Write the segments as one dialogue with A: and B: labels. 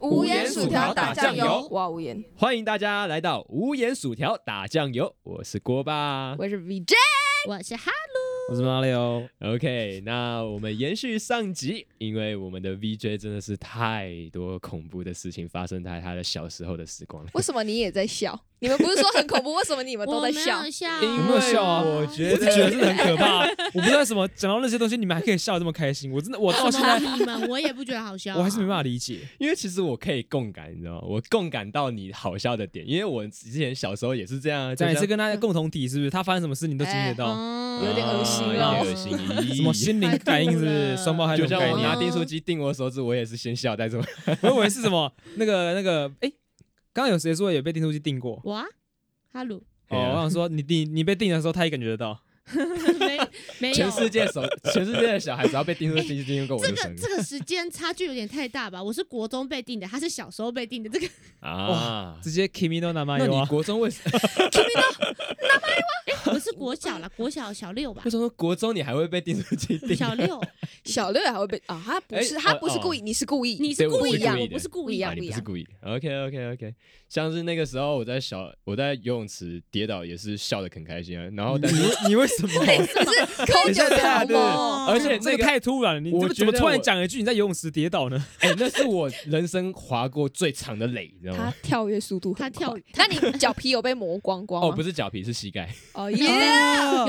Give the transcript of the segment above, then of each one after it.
A: 无盐薯条打酱油，
B: 哇，无盐，
C: 欢迎大家来到无盐薯条打酱油，我是锅巴，
B: 我是 VJ，
D: 我是哈
E: 我是马里奥。
C: OK，那我们延续上集，因为我们的 VJ 真的是太多恐怖的事情发生在他的小时候的时光了。
B: 为什么你也在笑？你们不是说很恐怖？为什么你们都
D: 我
B: 在
D: 没
B: 笑？
D: 有笑，
C: 因
E: 有没有笑啊？
C: 我觉
E: 我是觉得真的很可 怕。我不知道为什么讲到那些东西，你们还可以笑得这么开心。我真的，我到现在
D: 什么你们我也不觉得好笑 啊，
E: 我还是没办法理解。
C: 因为其实我可以共感，你知道吗？我共感到你好笑的点，因为我之前小时候也是这样啊，就
E: 讲一次
C: 这样
E: 跟大家共同体，是不是？他发生什么事你都经历得到？
D: 嗯
B: 有点恶心哦
C: 啊
B: 了
C: 有点恶心。
E: 什么哎
C: 咦
E: 心灵感应是不是？双胞胎
C: 就
E: 那种
C: 像
E: 概
C: 我
E: 念
C: 拿订书机订我的手指，我也是先笑再说。
E: 我以为是什么？那个那个，哎，刚刚有谁说有被订书机订过？
D: 我啊，哈鲁
E: 哦，
C: 对啊
E: 我想说你订你被订的时候，他也感觉得到。
D: 没没有
C: 全世界 手，全世界的小孩只要被订书机订过，我
D: 这
C: 就
D: 个
C: 生
D: 这个时间差距有点太大吧？我是国中被定的，他是小时候被定的，这个
C: 啊。
E: 直接 Kimi no n a m a
C: 那
E: y
C: 你
E: o
C: 国中为什 么？
D: 我是国小啦，国小小六吧
C: 为，什么国中你还会被订书机订？
D: 小六，
B: 小六还会被啊？他不是，
C: 哎
B: 他不是
C: 哦
B: 故意，你是故意，
D: 你是
C: 对我
D: 故
C: 是
D: 意的，
C: 故意
D: 我
C: 的
D: 不是故意
B: 一
D: 的
B: 样
C: 啊，你
B: 不一
C: 不是故意的。OK OK OK，像是那个时候我在小我在游泳池跌倒，也是笑得很开心啊。
D: 嗯
C: 然后但是
E: 你你为什么？
B: 哎，是不是抠脚的好吗？
D: 哦
C: 啊而且
E: 这
C: 那
E: 个
C: 个
E: 太突然了，你
C: 我
E: 这个怎么
C: 觉得
E: 突然
C: 我
E: 讲一句你在游泳池跌倒呢？
C: 哎、那是我人生划过最长的垒，你知道
B: 他
C: 吗？
B: 跳跃速度很
D: 他跳
B: 快，那你脚皮有被磨光光吗？
C: 哦，不是脚皮，是膝盖。
B: 哦耶！
E: 耶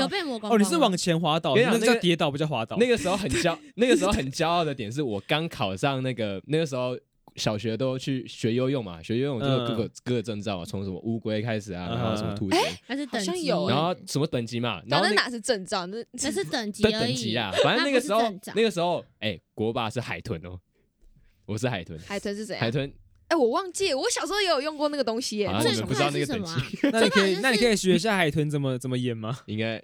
D: 有被磨光光吗
E: 哦，你是往前滑倒，
C: 跟你讲
E: 那个
C: 那
E: 叫
C: 个
E: 跌倒，不叫滑倒。
C: 那个时候很骄，那个时候很骄傲的点是我刚考上那个，那个时候小学都去学游泳嘛，学游泳就是各个、各个证照啊，从什么乌龟开始啊，
E: 嗯
C: 然后什么兔子，
D: 还是等
B: 好像
D: 级，
B: 有嗯
C: 然后什么等级嘛，然
B: 那
C: 后
B: 那
C: 那
B: 哪是证照？那
D: 那是等级
C: 的
D: 而
C: 等级
D: 已
C: 啊，反正那个时
D: 那
C: 候
D: 不是正常
C: 那个时候，哎、国霸是海豚哦，我是海豚，
B: 海豚是怎
D: 啊
C: 海
B: 样？
C: 豚，
B: 哎，我忘记，我小时候也有用过那个东西耶
C: 好。像
D: 最
C: 你们不知
D: 快
C: 道那
D: 是
C: 个
D: 什
C: 等
D: 么
C: 级
D: 啊，
E: 那你可
D: 真的好
E: 以
D: 像，是
E: 那你可以学一下海豚怎么怎么演吗？
C: 应该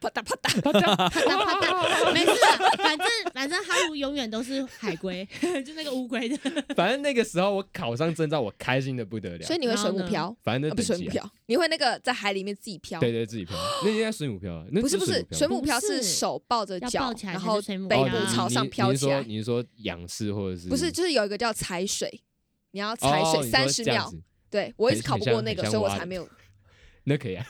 B: 啪嗒啪嗒，
D: 啪嗒啪嗒，没事啦，反正反正哈鲁永远都是海龟， 就那个乌龟的，
C: 反正那个时候我考上证照，我开心的不得了
D: 啊
B: 所以。你会水母
D: 然后呢
B: 漂？
C: 反正
B: 啊，
C: 那
B: 不是水
C: 等级
B: 母
C: 啊、
B: 漂，你会那个在海里面自己漂？
C: 对对，自己漂，那应该水母漂啊，那
B: 不是不
C: 水
B: 是
C: 母，漂
B: 水母漂
D: 不
B: 是
D: 是
B: 手抱着
D: 要
B: 脚
D: 抱，起来
B: 然
D: 才
B: 后
D: 是水母
B: 背
D: 漂
B: 部
C: 哦你
B: 朝上
C: 你
B: 飘
C: 你
B: 起
C: 是
B: 来
C: 说。你是说仰视或者是
B: 不是，就是有一个叫踩水，你要
C: 嗯哦
B: 踩水
C: 你说
B: 三十
C: 这样
B: 秒。
C: 子
B: 对我一直
C: 很
B: 考不
C: 很
B: 过
C: 像
B: 那个，
C: 很
B: 所以我
C: 像蛙
B: 才没 有。
C: 那可以啊。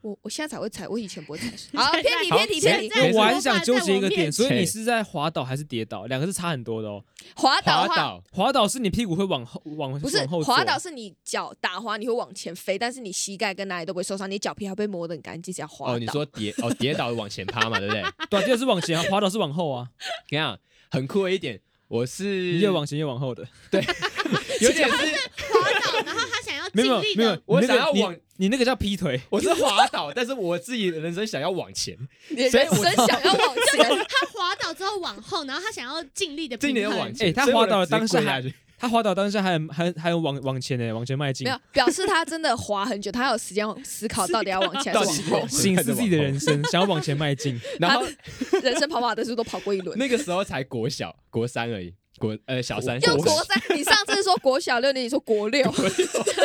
B: 我我现在才会踩，我以前不会踩水。 好，偏题
C: 好
B: 偏题
C: 谁
B: 偏题。
D: 对
E: 因为我
D: 我
E: 还想纠结一个点，
D: 爸在我面前
E: 所以你是在滑倒还是跌倒？两个是差很多的哦。
B: 滑倒
C: 滑
B: 的话，
C: 倒，
E: 滑倒是你屁股会往后往
B: 不是
E: 往后坐
B: 滑倒，是你脚打滑，你会往前飞，但是你膝盖跟哪里都不会受伤，你脚皮还被磨得很干净，只要滑倒。
C: 哦，你说跌哦跌倒往前趴嘛，对不对？
E: 对啊，就是往前啊，滑倒是往后啊，
C: 你看很酷的一点，我是
E: 你越往前越往后的。
C: 有点是
D: 滑倒， 然后他想要
E: 没
D: 尽
E: 有
D: 力
E: 没有
D: 的，，
C: 我
E: 你那个
C: 想要
E: 你
C: 往
E: 你那个叫劈腿，
C: 我是滑倒，但是我自己人生想要往前，
B: 你
C: 所以
B: 人
C: 我
B: 生想要往前，
D: 他滑倒之后往后，然后他想要尽力的
C: 尽力地往前。
E: 哎他
C: 所以我
E: 滑倒了
C: 直接
E: 当时
C: 跪下
E: 还
C: 去，
E: 他滑倒当下还很还很还有往往前呢，往前迈进
B: 没，有表示他真的滑很久，他有时间思考到底要往前还
C: 到
B: 是
C: 底
B: 往后。
E: 醒思自己的人生，想要往前迈进。
C: 然 后
B: 他人生跑马灯是不是都跑过一轮？
C: 那个时候才国小国三而已，国呃小
B: 又
C: 三，小
B: 国三，你上次说国小六年，你说国 六，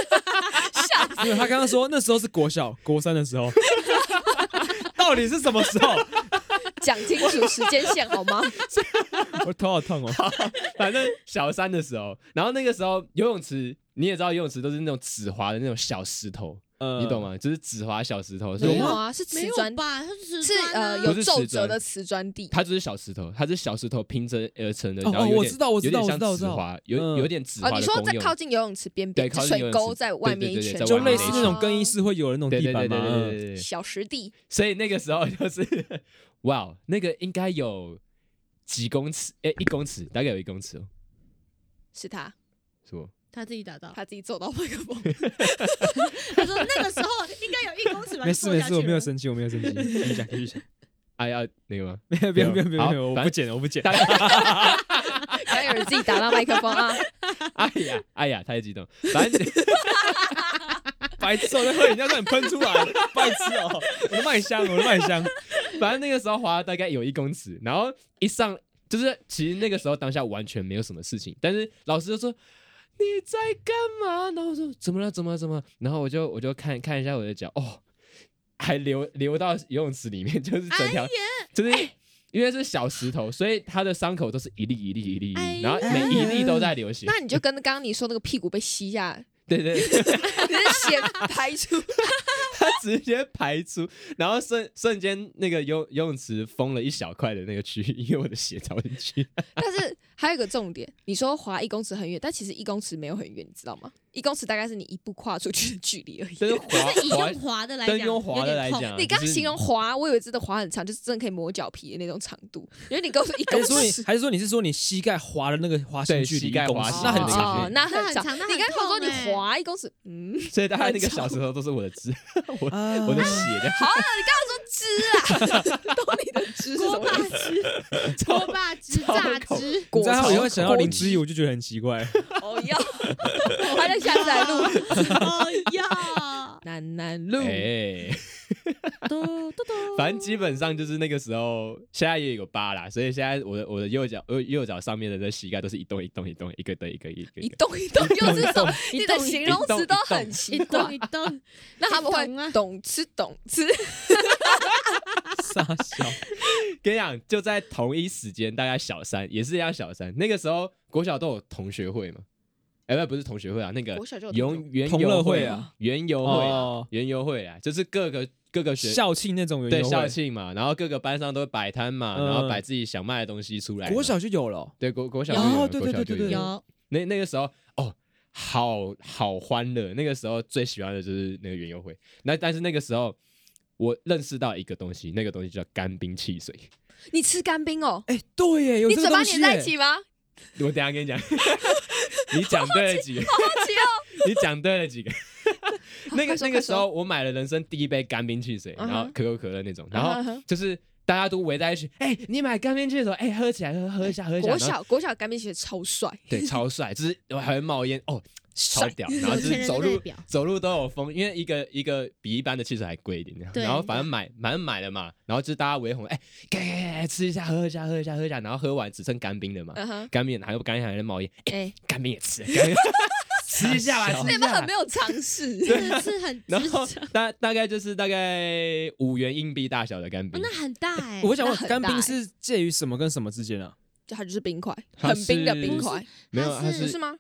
B: 吓死！
E: 因为他刚刚说那时候是国小国三的时候，到底是什么时候？
B: 讲清楚时间线好吗？
E: 我头好痛哦。
C: 反正小三的时候，然后那个时候游泳池你也知道，游泳池都是那种止滑的那种小石头，
E: 呃
C: 你懂？吗？就是止滑小石头，所
B: 没
C: 以
B: 有啊，是
D: 没
B: 瓷砖
D: 有，吧？他是
B: 是
D: 瓷砖啊
B: 呃有
C: 不是瓷
B: 皱
C: 砖
B: 褶的瓷砖地。
C: 它就是小石头，它是小石头拼成而成的，
E: 哦
C: 然后
E: 哦
C: 有
E: 我
C: 点
E: 知道我知道
C: 有点像
E: 我知
C: 止
E: 道
C: 滑，
E: 嗯
C: 有有点止
B: 哦，
C: 滑
B: 你
C: 的
B: 说
C: 功
B: 在
C: 用。
B: 靠近游泳池边边，
C: 对靠近
B: 水
C: 游泳池
B: 沟在外面一
C: 对对
B: 圈，
C: 对
E: 就
C: 在外
E: 类
C: 面
E: 似
C: 那一
E: 那种更衣室会有的那种
C: 对
E: 地
C: 对对
E: 板
C: 对
E: 嘛。
C: 对
E: 嗯
C: 对对，
B: 小石地，
C: 所以那个时候就是，哇，哦那个应该有几公尺，哎、一公尺，大概有一公尺哦，
B: 是他
C: 是不？
D: 他自己打到，
B: 他自己走到麦克 风，
D: 他说那个时候应该有一公尺吧？
E: 没
D: 就
E: 事
D: 坐
E: 没
D: 下去
E: 事，我没有
D: 了
E: 生气，我没有生气。 你讲，继续讲。
C: 哎、呀，那个吗？
E: 没有，不用，不用，不用
C: 好
E: 不用，我
C: 反
E: 不剪，我不剪。
C: 大
B: 刚刚有人自己打到麦克风 啊！
C: 哎呀，哎呀，太激动，反正
E: 白痴哦，在喝饮料都很喷出来，白痴哦！我的麦香，我的麦 香。
C: 反正那个时候滑了大概有一公尺，然后一上就是其实那个时候当下完全没有什么事情，但是老师就说你在干嘛？然后我说怎么了？怎么了？怎么了？然后我就我就看看一下我的脚，哦，还流流到游泳池里面，就是整条、
D: 哎呀
C: 就是因为是小石头，所以他的伤口都是一粒一粒一粒一
D: 哎
C: 粒，然后每一粒都在流血。
B: 那你就跟刚刚你说那个屁股被吸下，
C: 对对，对
B: 你的血排出，
C: 他直接排出，然后瞬瞬间那个游游泳池封了一小块的那个区域，因为我的血潮进去。
B: 但是还有一个重点，你说滑一公尺很远，但其实一公尺没有很远，你知道吗？一公尺大概是你一步跨出去的距离而已。
C: 就是滑
D: 以
C: 滑
D: 用滑的来讲，
C: 跟用滑的
D: 有
C: 来
D: 点痛，
C: 讲，
B: 你刚刚
C: 啊就是
B: 形容滑，我以为真的滑很长，就是真的可以磨脚皮的那种长度。因为你告诉我一
E: 还
B: 公
C: 哎
E: 是说你
B: 尺，
E: 哎还是说你是说你膝盖滑的那个滑行
C: 对
E: 距离
C: 膝
E: 一
C: 盖
E: 公
C: 滑
E: 尺
C: 行
E: 那很
C: 距离
E: 长
B: 哦
E: 欸，，
B: 那
D: 那
B: 很
D: 很
B: 长
D: 长那。很
B: 你刚刚说你
D: 痛欸
B: 滑一公尺， 嗯，
C: 所以大概那个小石头都是我 的汁，我
E: 啊
C: 我的血的，
B: 好了，你刚刚说汁啊，懂你的汁是什
D: 锅
B: 么
D: 巴
B: 意思？
D: 汁、锅
C: 超
D: 巴汁、榨 汁，
E: 你知
B: 果
E: 道他们
B: 汁
E: 会想到林志颖，我就觉得很奇 怪。
B: 哦要， 他在下次来录
D: 哦呀，
B: 南南路，
C: 哎，
D: 嘟嘟嘟，
C: 反正基本上就是那个时候，现在也有疤啦，所以现在我的我的右脚右呃右脚上面的这膝盖都是一动一动一动一个的一个一个
B: 一
C: 一个，
B: 动一动又是什么？你
D: 一
B: 的
D: 动一
B: 形
D: 动
B: 容词都很
D: 一
B: 奇怪
D: 动。一动，
B: 那他们
D: 懂啊
B: 会懂吃懂吃，
E: 傻 笑，
C: 跟你讲，就在同一时间，大概小三也是一样，小三那个时候国小都有同学会嘛，哎、不不是同学会啊，那个
B: 国小就有
C: 游
B: 同学
C: 园
E: 同
C: 游
E: 乐
C: 会
E: 会啊，
C: 园游会啊，
E: 哦，
C: 园游会啊，就是各个各个学
E: 校庆那种园
C: 对
E: 游
C: 校
E: 会，
C: 庆嘛，然后各个班上都会摆摊嘛，
E: 嗯
C: 然后摆自己想卖的东西出来嘛。
E: 国小就有了哦，
C: 对国国小
E: 有
C: 就有
E: 对
C: 国
E: 对
C: 小
E: 对
C: 就
E: 对对
C: 有。
D: 有
C: 那那个时候哦，好好欢乐。那个时候最喜欢的就是那个园游会。那但是那个时候我认识到一个东西，那个东西叫干冰汽水。
B: 你吃干冰哦？
E: 哎，对耶，有
B: 你
E: 这
B: 嘴
E: 个
B: 巴
E: 东西欸
B: 粘在一
E: 耶。
B: 起 吗？
C: 我等一下跟你 讲，你讲对了几个，
B: 哦
C: 你讲对了 几个。那个
B: 快说
C: 那个
B: 快
C: 时
B: 说
C: 候，我买了人生第一杯干冰汽水，然后
B: 嗯哼
C: 可口可乐那种，然
B: 嗯
C: 后
B: 哼
C: 就是大家都围在一起，哎，你买干冰汽水，哎，喝起来，喝喝一下，喝一下。
E: 啊
B: 国
C: 然后
B: 小国小干冰其实超帅，
C: 对，超帅，就是还会冒烟哦，超
B: 帅
C: 屌。然后就
D: 有钱
C: 是
D: 人
C: 走
D: 的代
C: 路
D: 表
C: 走路都有风，因为一个一个比一般的汽水还贵一点这样。
D: 对
C: 然后反正买反正买了嘛，然后就是大家围红，哎，给吃一下，喝一下，喝一下，喝一下，然后喝完只剩干冰了
E: 啊
C: 嘛，
B: 嗯哼，
C: 干冰还有干冰还在冒烟，
B: 哎，
C: 干冰也吃，干冰吃一下
E: 哦
C: 吧，吃
B: 你
C: 一
B: 们
C: 下
B: 很
C: 吧
B: 没。有尝试，
D: 真的是很
C: 然
D: 智
C: 后
D: 障，
C: 大大概就是大概五元硬币大小的干
D: 哦
C: 冰，
D: 那很大哎，
E: 我想
B: 那
E: 问，
B: 很
E: 干
B: 大欸
E: 冰是介于什么跟什么之间啊？
B: 就它就是冰块，
C: 它
B: 很冰的
C: 是
B: 冰块，
C: 没有，它
B: 不
D: 它是
B: 是吗？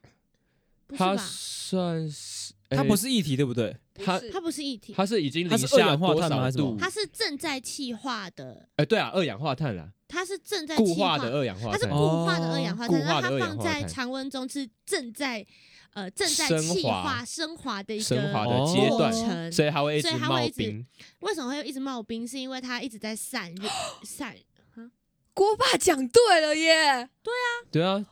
D: 不是
C: 它
D: 吧？
C: 算是
E: 它不
C: 是
E: 是一体，对不对？
C: 它
B: 不是
D: 它不是一体，
C: 它是已经
E: 它
C: 零
E: 是二
C: 下
E: 氧化
C: 多
E: 碳吗
C: 少
E: 还是什么
C: 度？
D: 它是正在气化的，
C: 哎，对啊，二氧化碳啦，
D: 它是正在
C: 固
D: 气
C: 化的二氧化
D: 它是
C: 碳，啊
D: 固化的二氧化碳，
C: 哦固化
D: 那
C: 的
D: 它
C: 二氧
D: 放
C: 化
D: 在
C: 碳
D: 常温中是正在呃正在
C: 升
D: 气
C: 华
D: 化升华的一个
C: 升华的
E: 哦
C: 阶
D: 过
C: 段，
D: 程。
C: 所以它会一
D: 所
C: 直
D: 以它
C: 冒
D: 会一直啊
C: 冰。
D: 为什么会一直冒冰？是因为它一直在散热 散。
B: 锅巴讲对了耶，
C: 对啊，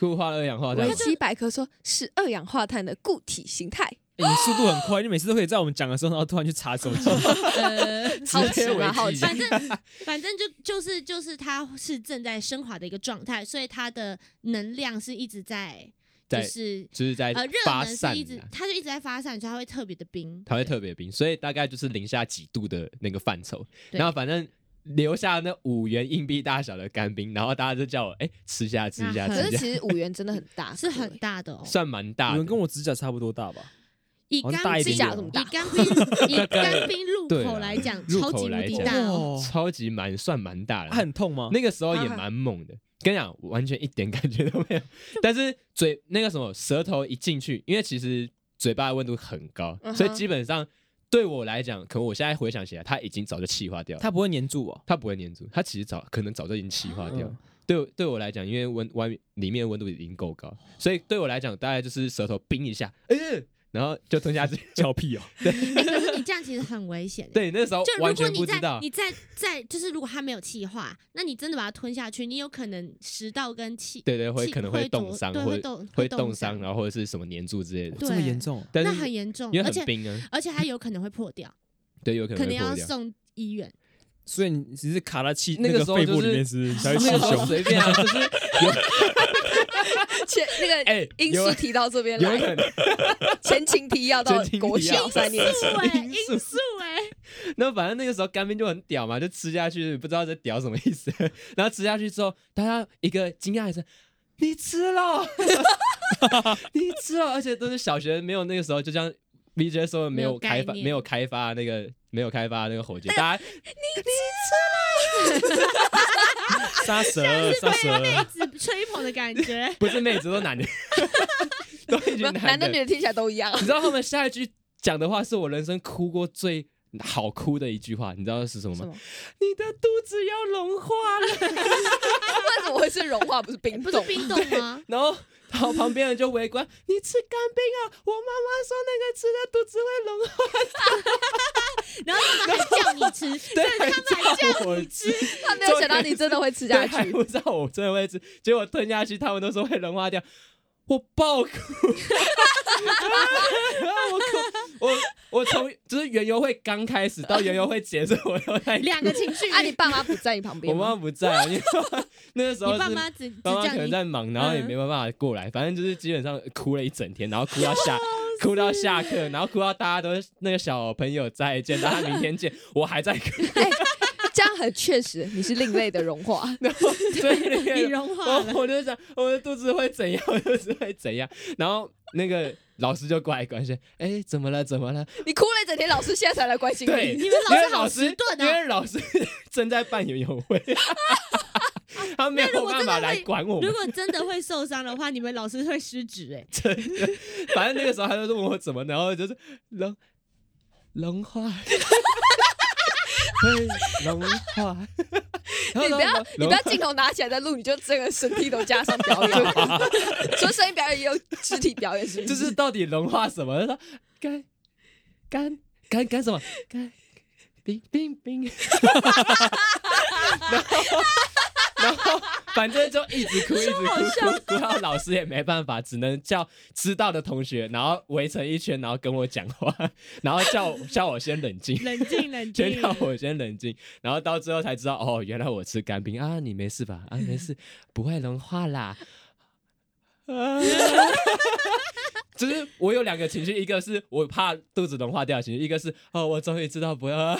C: 固化的二氧化碳
B: 维
C: 嘛，
B: 基百科说是二氧化碳的固体形态，
E: 欸你速度很快，你每次都可以在我们讲的时候，然后突然去查手 机。
D: 呃，
B: 好
C: 直接
B: 奇
C: 维
B: 吗？好
C: 基
B: 奇，
D: 反正反正就就是就是它是正在升华的一个状态，所以它的能量是一直在就
C: 在
D: 是
C: 就是在
D: 呃热
C: 发
D: 能是
C: 散
D: 一直
C: 啊，
D: 它就一直在发散，所以它会特别的冰。
C: 它会特别冰，所以大概就是零下几度的那个范畴。
D: 对
C: 然后反正留下那五元硬币大小的干冰，然后大家就叫我哎吃一下吃一下
B: 可
D: 那
C: 吃
D: 很
B: 是
C: 一下，
B: 其实五元真的很 大，
D: 啊是很大的哦，
C: 算蛮
E: 你
C: 大
E: 们
C: 的。
E: 跟我指甲差不多大吧？
D: 以
E: 好
D: 干
E: 像大一
D: 冰
E: 点
B: 指
E: 点
B: 甲
E: 哦
B: 这么大，
D: 以干冰以干冰入
C: 对
D: 口
C: 啦
D: 来讲，
C: 入
D: 超
C: 口
D: 级无
C: 来
D: 敌
C: 讲
D: 大哦。
E: 哇
C: 超级蛮算蛮大的，
E: 它很痛吗？
C: 那个时
D: 嗯
C: 候也蛮猛的，跟你讲，完全一点感觉都 没有。但是嘴那个什么舌头一进去，因为其实嘴巴的温度很高，
B: 嗯哼
C: 所以基本上对我来讲，可能我现在回想起来，它已经早就气化掉了。
E: 它不会粘住哦。
C: 它不会粘住，它其实早可能早就已经气化掉了。
E: 嗯
C: 对我对我来讲，因为温外面里面的温度已经够高，所以对我来讲，大概就是舌头冰一下，嗯、然后就吞下去。。
E: 叫屁哦！
D: 哎可是你这样其实很危险
C: 对，那时候
D: 就如
C: 完
D: 果
C: 全
D: 你
C: 不知
D: 在
C: 道。
D: 你在在就是如果它没有气化，那你真的把它吞下去，你有可能食道跟气
C: 对对，会
D: 气
C: 可能
D: 会
C: 会冻
D: 灼
C: 伤，
D: 对
C: 或
D: 会
C: 者
D: 冻
C: 会
D: 会
C: 冻
D: 冻
C: 伤，
D: 伤
C: 然后或者是什么粘住之类的。
E: 这么
D: 对
E: 严重哦？
C: 但
D: 那
C: 是
D: 很严 重，
C: 因为
D: 而
C: 很
D: 且
C: 冰啊，
D: 而且它有可能会破掉，
C: 对，有可能
D: 可
C: 会
D: 能
C: 破
D: 要
C: 掉。
D: 送医 院。
E: 所以你只是卡在气
C: 那个
E: 个
C: 时候
E: 肺部
C: 就是
E: 里面，是不是才会
C: 那个
E: 气
C: 时候
E: 胸。
C: 随便啊，就是有
B: 前那个
C: 哎
B: 因
C: 有啊
B: 素提到这边
C: 有
B: 来，
C: 可能
B: 前情提要到
C: 前情
B: 国
C: 提要
B: 小三年 级，
D: 对，因素哎，
C: 那反正那个时候干冰就很屌嘛，就吃下去不知道在屌什么意思， 然后吃下去之后，大家一个惊讶一声：“ 你吃了，你吃了！”而且都是小学没有那个时候就这样 VJ Seven 没有
D: 没有概
C: 开发
D: 念
C: 没有开发那个没有开发那个火箭，大家，
E: 杀蛇杀蛇，
D: 子吹捧的感觉
C: 不是妹子都男的， 都一群
B: 男的女的听起来都一样。
C: 你知道他们下一句讲的话是我人生哭过最好哭的一句话，你知道是什么
B: 什
C: 吗？
B: 么？
C: 你的肚子要融化了。
B: 为什么会是融化不是冰
D: 不是
B: 冻？
D: 冰冻吗？
C: 然后，然后旁边人就围观，你吃干冰啊？我妈妈说那个吃的肚子会融化。
D: 然后他们还叫你 吃，
C: 对，他们叫我吃，
B: 他没有想到你真的会吃下
C: 对，还
B: 去。
C: 不知道我真的会吃，结果吞下去，他们都说会融化掉。我爆哭， 我哭，我我从就是园游会刚开始到园游会结束，我都在哭
D: 两个情绪。
C: 哎
B: 啊，你爸妈不在你旁
C: 我
B: 边
C: 妈妈
B: 吗？
C: 不在、啊，因为那个时候
D: 你
C: 是
D: 爸妈只只
C: 妈妈
D: 叫
C: 可能
D: 你，嗯
C: 在忙，然后也没办法过来，反正就是基本上哭了一整天，然后哭到下。哭到下课，然后哭到大家都那个小朋友再见，大家明天见，我还在 哭，
B: 这样很确实，你是另类的融 化。
C: 然后对对
D: 你
C: 对，
D: 融化了。
C: 我我就想我的肚子会怎样，我肚子会怎样，然后那个老师就过来关心，哎，怎么了？怎么了？
B: 你哭了一整天，老师现在才来关心
C: 对，
B: 你。
D: 你们老师
C: 因为
D: 好
C: 老
D: 迟
C: 师
D: 钝哦
C: 因为老师 正在办游泳会， 他没
D: 那如
C: 有
D: 果
C: 办
D: 真的
C: 法来
D: 会
C: 管我们
D: 如。果真的会受伤的话，你们老师会失职 哎。
C: 反正那个时候他就问我怎么，然后就是融融化， 会融化。然后
B: 你不要，你
C: 融
B: 不要
C: 化
B: 镜头拿起来再录，你就整个身体都加上 表演，除了声音表演也有肢体表演，是不？
C: 就是是到底融化什么？他说干干干干什么？干冰冰冰。 然后然后反正就一直哭，一直哭，哭哭到老师也没办法，只能叫知道的同学，然后围成一圈，然后跟我讲话，然后叫我叫我先冷静。
D: 冷静，冷静。
C: 先让我先冷静，然后到最后才知道，哦，原来我吃干冰啊，你没事吧？啊，没事，不会融化啦。啊就是我有两个情绪，一个是我怕肚子融化掉的情绪，一个是哦，我终于知道不要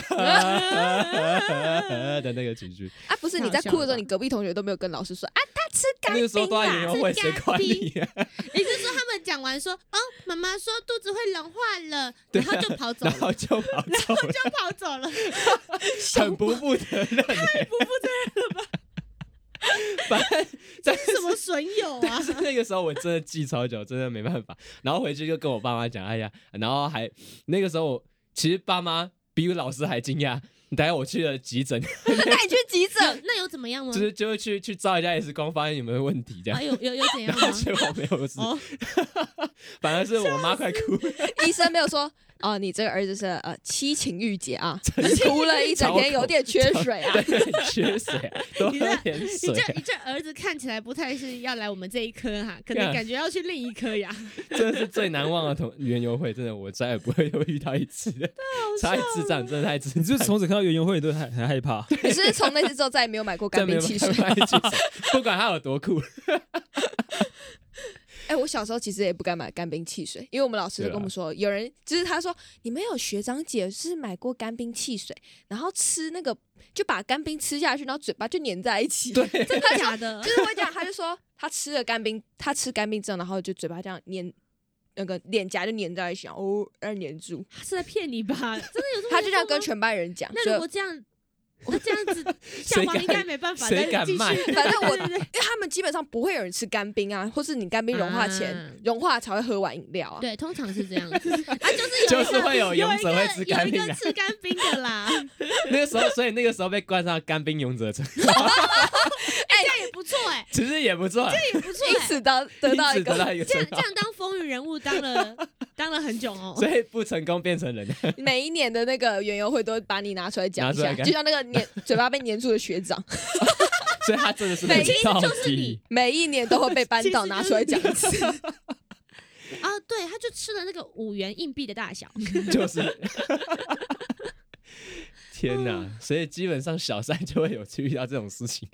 C: 的那个情绪。
B: 啊，不是你在哭的时候，你隔壁同学都没有跟老师说啊，他吃干
C: 那
B: 冰啊
C: 个时候都在游
B: 啦。
C: 泳会，谁管你啊？
D: 也就是说，他们讲完说，哦，妈妈说肚子会融化了，
C: 对
D: 然
C: 啊
D: 后就跑走
C: 然
D: 了，
C: 后就跑走了，
D: 就跑走了。
C: 很不负责任、欸， 反正在
D: 什么损 友啊？
C: 是那个时候我真的记超久，真的没办法。然后回去就跟我爸妈讲，哎呀，然后还那个时候我其实爸妈比老师还惊讶。等下我去了急诊，
B: 带你去急
D: 有
B: 诊，
D: 那有怎么样吗
C: 就？是就会去去照一下 X 光，发现有没有问题这样
D: 啊，。 有有有怎
C: 然
D: 样吗
C: 后？结果没有事，
D: 哦，
C: 反而是我妈快哭了，
B: 医生没有说哦，你这个儿子是呃七情郁结 啊，哭了一整天，有点缺水啊。
C: 对， 缺水啊，多
D: 你这
C: 喝点
D: 你
C: 水
D: 这
C: 啊，
D: 你这儿子看起来不太是要来我们这一科 哈，可
C: 啊
D: 能感觉要去另一科呀。
C: 真的是最难忘的同园游会，真的我再也不会又遇到一次了，
D: 啊
C: 太智
D: 哦
C: 障，真的太智障。
E: 你就从此看到园游会，你都很很害怕。
B: 你是不是从那次之后再也没有买过干
C: 真没
B: 冰
C: 有
B: 汽
C: 办
B: 水？
C: 法一起走不管他有多酷，
B: 哎，我小时候其实也不敢买干冰汽水，因为我们老师都
C: 对啊
B: 跟我们说，有人就是他说你们有学长姐是买过干冰汽水，然后吃那个就把干冰吃下去，然后嘴巴就粘在一起。对，
D: 真的假的
B: 就？是我讲，他就说他吃了干冰，他吃干冰之后，然后就嘴巴这样粘，那个脸颊就粘在一起，然后哦，然后粘住。
D: 他 是在骗你吧？ 真的有这么
B: 他就这样跟
D: 严重吗
B: 全班人讲，
D: 那
B: 就
D: 如果这样，那这样子，小
C: 谁
D: 黄应
C: 敢
D: 该没办法
C: 谁
D: 再
C: 敢
D: 继续。
C: 卖
D: 对
B: 反正我
D: 对对对
B: 因为他们基本上不会有人吃干冰啊，或是你干冰融化前、
D: 啊
B: 融化才会喝完饮料啊。
D: 对，通常是 这样子啊，就是有一
C: 就
D: 个
C: 是会有勇
D: 一
C: 者
D: 个
C: 会吃干冰
D: 有一个
C: 啊。
D: 吃干冰 的啦，
C: 那个时候，所以那个时候被 冠上干冰勇者称，
D: 这样也不错哎，
C: 其实也不错啊，
D: 也不错
B: 因
D: 哎，
B: 此得得到
C: 因
B: 一
C: 此得
B: 个
C: 到一个
D: 这
C: 称
D: 样这
C: 号，
D: 样当风云人物当了当了很久哦。
C: 所以不成功变 成人。
B: 每一年的那个园游会都会把你拿出来讲一
C: 拿出
B: 下，
C: 来干
B: 就像那个粘嘴巴被粘住的学长，
C: 所以他真的是
B: 每一
C: 冷到
D: 就是
C: 底
D: 你
B: 每一年都会被班导
D: 其实就是
B: 拿出来讲一次。
D: 啊，对，他就吃了那个五元硬币的大小，
C: 嗯 就是。天哪！所以基本上小三就会有去遇到这种事情，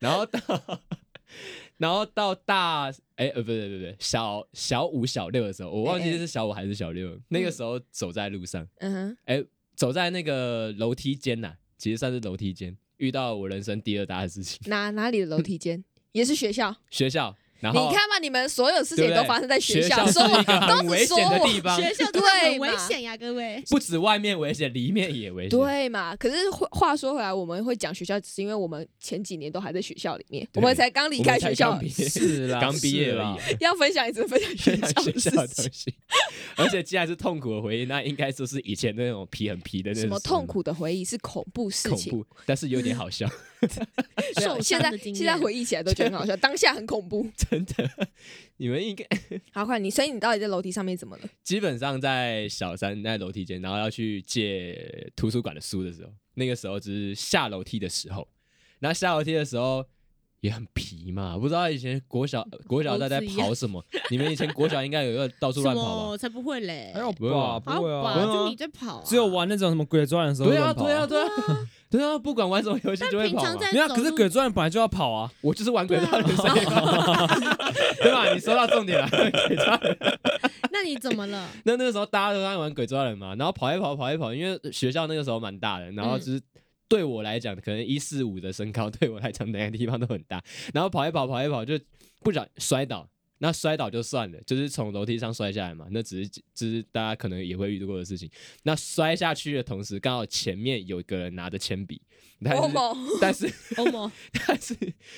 C: 然后到， 然后到大哎、呃不对不对不对小小五小六的时候，我忘
B: 哎
C: 记
B: 哎
C: 是小五还是小六了，那个时候走在路上，
B: 嗯哼，
C: 走在那个楼梯间呐、其实算是楼梯间，遇到我人生第二大的事情，
B: 哪哪里的楼梯间？也是学校，
C: 学校然后
B: 你看嘛，你们所有事情
C: 对不对
B: 都发生在
C: 学
B: 校，
C: 是
B: 说我
C: 一个
B: 都
C: 很
B: 只
C: 危
B: 说
C: 险的
B: 我，
C: 地方，
D: 学校真的
B: 对
D: 很危
B: 嘛
D: 险呀，各位。
C: 不止外面危险，里面也危险。
B: 对嘛？可是话话说回来，我们会讲学校，只是因为我们前几年都还在学校里面，
C: 对
B: 我们才刚离
C: 我
B: 开
C: 们才
B: 学校
C: 刚毕，业
E: 是 啦
C: 刚毕业
E: 是
C: 而
E: 啦
C: 已。
B: 要分享一次分享 学校
C: 学
B: 的事
C: 校的
B: 情
C: 东。西， 而且既然是痛苦的回忆，那应该就是以前那种皮很皮的那种
B: 什么痛苦的回忆是恐怖事
C: 恐
B: 情，
C: 怖，但是有点好笑，
B: 没有
D: 受
B: 现
D: 伤
B: 在
D: 的经验
B: 现在回忆起来都觉得很好笑，当下很恐怖。
C: 真的。你们应该
B: 好，快，你所以你到底在楼梯上面怎么了？
C: 基本上在小三在楼梯间，然后要去借图书馆的书的时候，那个时候只是下楼梯的时候，然后下楼梯的时候也很皮嘛，不知道以前国小国小大家在 跑什么，你们以前国小应该有要到处
D: 什
C: 乱跑
D: 么？
C: 吧？哎
D: 我才不会嘞！
E: 还有
C: 不会吧
E: 吧？不会
D: 吧
E: 啊，
D: 就你在跑啊，
E: 只有玩那种什么鬼抓人的时 候
C: 对
E: 会
C: 啊，
E: 乱跑
C: 对啊，。对啊，对啊，不管玩什么游戏就会
D: 平
C: 跑
D: 常
C: 嘛。
D: 在
E: 没有啊，
D: 走
E: 可是
D: 路
E: 鬼抓人本来就要跑啊。
C: 我就是玩鬼抓人生日包， 对吧？你说到重点了，鬼抓人。
D: 那你怎么 了？
C: 那那个时候大家都在玩鬼抓人嘛，然后跑一跑，跑一跑，因为学校那个时候蛮大的，然后
B: 嗯
C: 就是对我来讲，可能一四五的身高对我来讲，哪个地方都很大。然后跑一跑，跑一跑，就不小心摔倒。那摔倒就算了，就是从楼梯上摔下来嘛，那只是只是大家可能也会遇过的事情。那摔下去的同时，刚好前面有一个人拿着铅笔，但是
B: 欧某，
C: 但是
D: 欧某，
C: 但是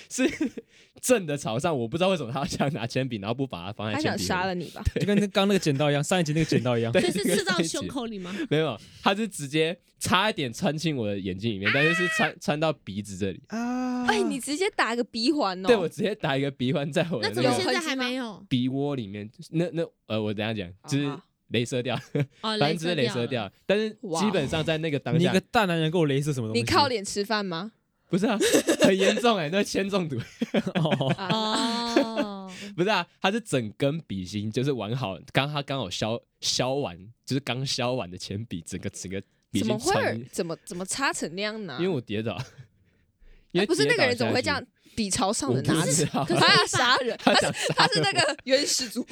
C: 是 正的朝上，我不知道为什么他要这样拿铅笔，然后不把它放在
B: 他
C: 铅
B: 想
C: 笔盒。
B: 杀了你吧？
E: 就跟刚那个剪刀一样，上一集那个剪刀一样。
C: 对，
D: 这是
C: 跟
D: 刺到
C: 上一集
D: 胸口里吗？
C: 没有，他是直接差一点穿进我的眼睛里面，但是是
B: 啊
C: 穿穿到鼻子这里。
E: 啊
B: 哎，你直接打个鼻环哦！
C: 对我直接打一个鼻环在我的
D: 那怎
C: 那
D: 么
B: 有
D: 现
C: 个
D: 在
B: 痕迹
D: 还
B: 吗
D: 没有？哦
C: 鼻窝里面，那那呃，我等一下讲，就是
B: 好
C: 镭射掉，
D: 哦，
C: 反正只是镭射
D: 掉了。
C: 掉，但是
B: 哇
C: 基本上在那个当
E: 你一
C: 下
E: 个，大男人给我镭射什么东西？
B: 你靠脸吃饭吗？
C: 不是啊，很严重哎、那铅中毒，
E: 哦，
B: 啊，
D: 哦，
C: 不是啊，他是整根笔芯就是完好，刚他刚好削削完，就是刚削完的铅笔，整个整个笔
B: 怎么
C: 芯
B: 会
C: 穿
B: 儿
C: 进，
B: 怎么怎么擦成那样呢？
C: 因为我跌倒，因为
B: 啊哎不是
C: 跌
B: 那个
C: 倒
B: 人怎么
C: 下
B: 会
C: 去
B: 这样？笔朝上
C: 我
B: 的
C: 不
B: 拿着，
C: 知 道，
B: 他要杀人，他是
C: 想杀
B: 他是那个原始族，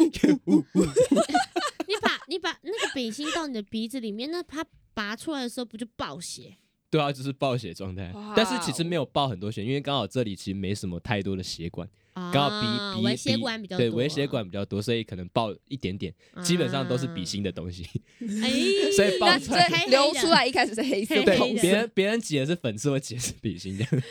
D: 你把你把那个笔芯到你的鼻子里面，那它拔出来的时候不就爆血？
C: 对啊，就是爆血状态
B: 哇，
C: 但是其实
D: 哦
C: 没有爆很多血，因为刚好这里其实没什么太多的血管，
D: 刚
C: 刚好鼻鼻
D: 啊微血管比较多，啊
C: 对微血管比较多，所以可能爆一点点，基本上都是笔
D: 啊。
C: 芯的东西，
D: 哎，
C: 所以爆
B: 那
C: 出来
D: 黑
B: 这
D: 黑的
B: 流出来一开始是黑色
D: 黑
B: 的，
C: 对
D: 黑的
C: 别人别人挤的是粉刺，我挤的是笔芯这样，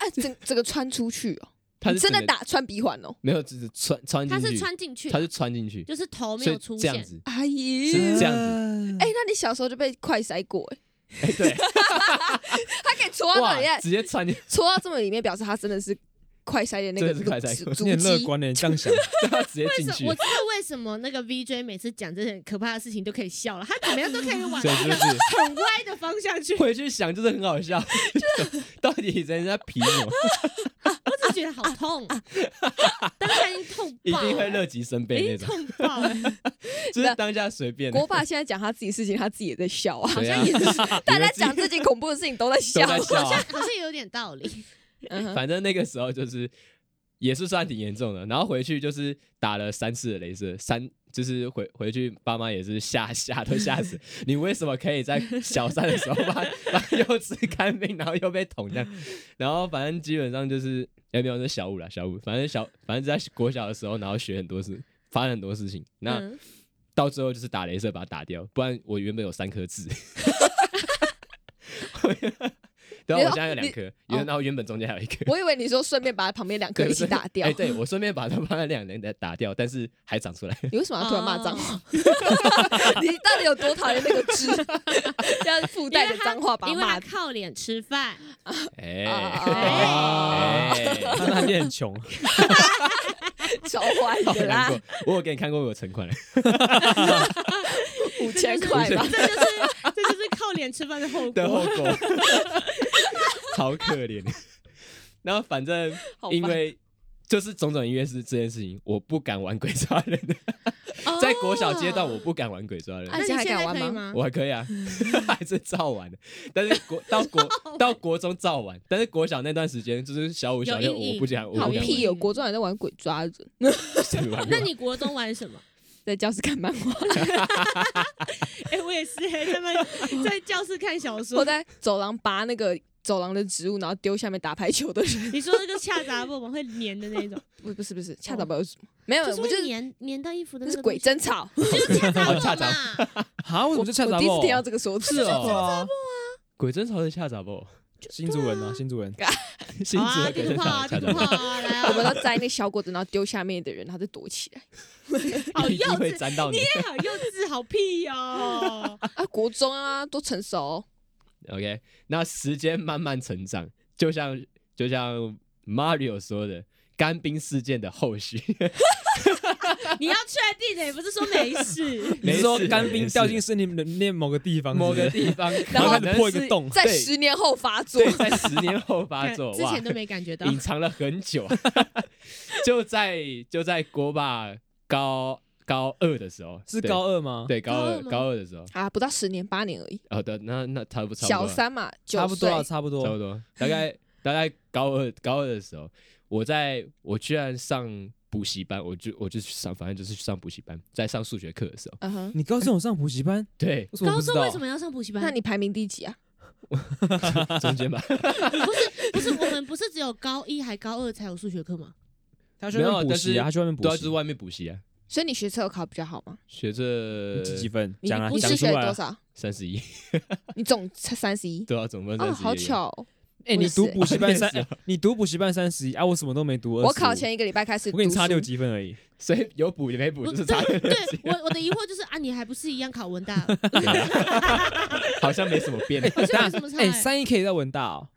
B: 哎，整整个穿出去哦，
C: 他
B: 你
C: 是
B: 真的
C: 整个
B: 打穿鼻环哦，
C: 没有，只是穿穿
D: 它
C: 进
D: 是
C: 去，
D: 穿进去，啊
C: 他是穿进去，
D: 就是头没
C: 所
D: 有
C: 以
D: 出
C: 这样
D: 现，
C: 子，
B: 哎
C: 是
B: 呀，
C: 这样
E: 子
B: 哎，那你小时候就被快塞过哎，
C: 哎对，
B: 他可以戳到
C: 哇
B: 里面，，
C: 直接穿进，
B: 戳到这么里面，表示他真的是快塞的那个
C: 真的是快塞
B: 足
E: 你很乐
B: 迹。
E: 观呢，这样想。
C: 他 直接
D: 为
C: 进
D: 什
C: 去
D: 么我，知道为什么那个 VJ 每次讲这些很可怕的事情都可以笑了，他怎么样都可以往
C: 所以
D: 一
C: 就
D: 个
C: 是。啊
D: 很歪的方向去，
C: 回去想就是很好笑， 到底以前在皮什 么，
D: 我只是觉得
B: 啊
D: 好痛，当下已经痛
C: 一
D: 爆了，
C: 定会啊乐极生悲那
D: 已经
C: 种，
D: 痛爆了，
C: 就是当下随便。
B: 国爸现在讲他自己事情，他自己也在笑啊，
C: 对啊
D: 好像也是，
B: 大家讲自己恐怖的事情都在
C: 都
B: 笑。
C: 在笑啊，
D: 好像有点道理。
B: 嗯哼
C: 反正那个时候就是也是算挺严重的，然后回去就是打了三次的镭射，三就是回回去爸妈也是吓吓都 吓死，你为什么可以在小三的时候把把幼稚看病，然后又被捅这 样，然后反正基本上就是哎也没有是小五啦，小五，反正小反正在国小的时候，然后学很多事，发生很多事情，那。
D: 嗯
C: 到最后就是打镭射把它打掉，不然我原本有三 颗痣，对啊，
B: 你
C: 我现在有两颗，
B: 你
C: 原然后原本中间还有一颗，
B: 我以为你说顺便把旁边两颗
C: 对
B: 一起打掉
C: 哎、，对我顺便把它把那两人打打掉，但是还 长出来。
B: 你为什么要突然骂脏话？
D: 哦
B: 你到底有多讨厌那个 痣？要附带着脏话把它
D: 因为他
B: 骂
D: 靠脸吃饭，
C: 哎、
E: 哦
B: 啊
C: 哎，
E: 他那天很穷，
B: 超坏
C: 好
B: 的
C: 难
B: 啦，
C: 过。我有给你看过我有存款了，
B: 五
D: 这
B: 千
D: 就是
B: 块吧。
D: 这就是这就是靠脸吃饭的后
C: 的后
D: 果。
C: 果，好可怜。然后反正
B: 好吧
C: 因为就是种种因为是这件事情，我不敢玩鬼抓人的，
B: 哦
C: 在国小阶段我不敢玩鬼抓人
B: 啊
D: 那你
B: 现在
D: 现
B: 还敢
D: 在
B: 玩
D: 可以
B: 吗
D: 吗？
C: 我还可以啊，
D: 嗯
C: 还是照玩的。但是国到国 到国中照玩，但是国小那段时间就是小五小六，
D: 有阴影
C: 我不讲，我
B: 好
C: 不讲
B: 屁哦！国中还在玩鬼抓人，
C: 谁玩过
D: 那你国中玩什 么？
B: 在教室看漫画，
D: 哎 哎，我也是，他们在教室看小
B: 我
D: 说，
B: 在走廊拔那个走廊的植物，然后丢下面打排球的人。
D: 你说那个恰杂布往会粘的那种，
B: 不，不是，不是，恰杂不有什么？没有，
D: 哦就是
B: 呃我就
D: 会
B: 是
D: 粘粘到衣服的
B: 那
D: 那
B: 是
D: 个
B: 鬼
D: 东
B: 争吵。
D: 西，就是恰杂
E: 哦恰
D: 布
E: 杂
D: 嘛，
E: 哈，为什么是恰
B: 我
E: 杂
B: 第一次
E: 布？
B: 听到这个说法。
E: 是
D: 啊
E: 哦，
C: 鬼针朝的下杂不？
E: 新主人啊，新主人，
C: 新
D: 好
C: 竹
D: 啊，
C: 的
D: 地
C: 鬼
D: 图
C: 针
D: 炮啊，
C: 朝
D: 地
C: 的
D: 图
C: 下
D: 炮
C: 杂
D: 啊，来
B: 我们
D: 啊，
B: 要摘那小果子，然后丢下面的人，他就躲起来。
D: 好
C: 不，一
D: 幼
C: 定会
D: 稚，
C: 沾到你。
D: 你也好幼稚，好屁 哦。
B: 啊，国中啊，多成熟哦。
C: OK，那时间慢慢成长，就像就像 Mario 说的，干冰事件的后续，
D: 你要确定的，也不是说没 事
E: 你是说干冰掉进
C: 没事
E: 森林里面某个地方，
C: 某个地 方，
E: 然后
C: 可能
E: 破一
C: 是
E: 个洞
B: 在
C: 对
B: 十年后发作
C: 对，，在十年后发 作，
D: 之
C: 哇
D: 前，都没感觉到。
C: 隐藏了很久， 就在就在国霸高高二的时候，
E: 是
C: 对
E: 高二吗？，
C: 对高
D: 高二
C: 二
D: 吗
C: 高二的时候，
B: 啊，不到十年，八年而已。
C: 哦对，那那差不差不多
B: 小
C: 了
B: 三嘛，
E: 差
B: 九
E: 不多
B: 岁。
E: 啊，差不
C: 差不
E: 多。
C: 多，大概大概高二高二的时候，我在我居然上补习班，我就我就去上，反正就是去上补习班，在上数学课的时候，
B: 嗯哼，
E: 你高中有上补习班？，
C: 对
E: 为什么
D: 高
E: 不知
D: 中
E: 道
D: 为什么要上补习班？
B: 那你排名第几啊？
C: 中间吧，
D: 不是我们不是只有高一还高二才有数学课吗？
E: 他去外面补习
C: 没有但是
E: 啊，他去外面补
C: 对啊，就
E: 习
C: 是。外面补习啊，
B: 所以你学测有考比较好吗？
C: 学
E: 你
C: 这
E: 几几分？
B: 你
E: 讲啊，
B: 你
E: 讲
B: 是
E: 出
B: 学
E: 来
B: 了多
E: 啊。
B: 少？
C: 三十一，
B: 你总才三十一。
C: 对啊，总分
B: 哦，
C: 三十一，
B: 好巧哦！
E: 哎，
B: 我
E: 你
B: 也是
E: 读补习班三
C: 我也是，
E: 你读补习班三十一啊，我什么都没读。
B: 我考
E: 25
B: 前一个礼拜开始，
E: 我给你差六。积分而已。
C: 所以有补也没
E: 哦
C: 补，
D: 不
C: 就是
D: 对
C: 差点
D: 对，我我的疑惑就是啊，你还不是一样考文 大？
C: 好像没什么变，
D: 好像没什么差
E: 哎，
D: 欸。
E: 三一可以到文大哦。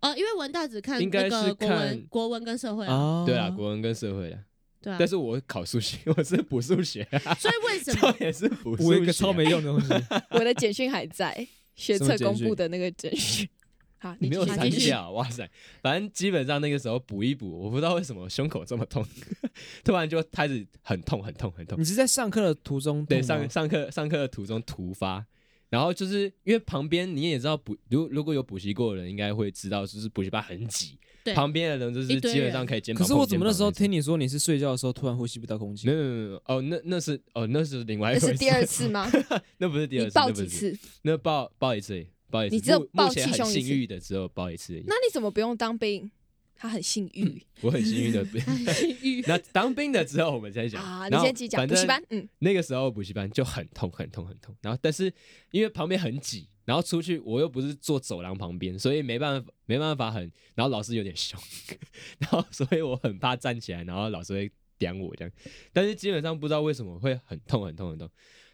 D: 呃，因为文大只看
C: 应
D: 那
C: 该是
D: 个国
C: 看
D: 文、国文跟社会啊，
E: 哦
C: 对啊，国文跟社会啊，
D: 对啊
C: 但。是我考数学， 我是补数学 啊，
D: 所以为 什
C: 重
D: 么？
C: 点是补
E: 补一
C: 数
E: 个
C: 学，啊
E: 超没用的东西。
B: 我的简讯还在，学测公布的那个简讯。好，
C: 你没有
B: 继续
C: 删
D: 继续
C: 掉，哇塞！反正基本上那个时候补一补，我不知道为什么胸口这么痛， 突然就开始很痛很痛很痛
E: 你。是在上课的途中
C: 对，
E: 痛吗
C: 上上课上课的途中突发，然后就是因为旁边你也知道补，如如果有补习过的人应该会知道，就是补习班很挤，
D: 对
C: 旁边的人就是
D: 一堆
C: 基本上
D: 人
C: 可以肩膀碰
E: 可是
C: 肩膀。
E: 我怎么那时候听
C: 你？
E: 你说你是睡觉的时候突然呼吸不到空气
C: 没？有没有没有哦，那那是哦那是另外一
B: 那
C: 回事，
B: 是第二，次吗？
C: 那不是第
B: 你
C: 二次，
B: 报
C: 那不
B: 几
C: 是第二？
B: 次？
C: 那报报一次而已，报一次。
B: 你只有
C: 目
B: 报
C: 目前
B: 气
C: 很
B: 胸一
C: 幸
B: 次
C: 运的只有报一次而已，
B: 那你怎么不用当兵？他很幸运
C: 我很幸运 的。
D: 幸运
C: 那当兵的之后我们再讲
B: 啊！你
C: 然后
B: 先记讲
C: 反
B: 补习
C: 正
B: 班，嗯，
C: 那个时候补习班就很痛很痛很痛，然后但是因为旁边很挤，然后出去我又不是坐走廊旁边，所以没办法没办法很，然后老师有点凶， 然后所以我很怕站起来，然后老师会点我这样，但是基本上不知道为什么会很痛很痛很痛，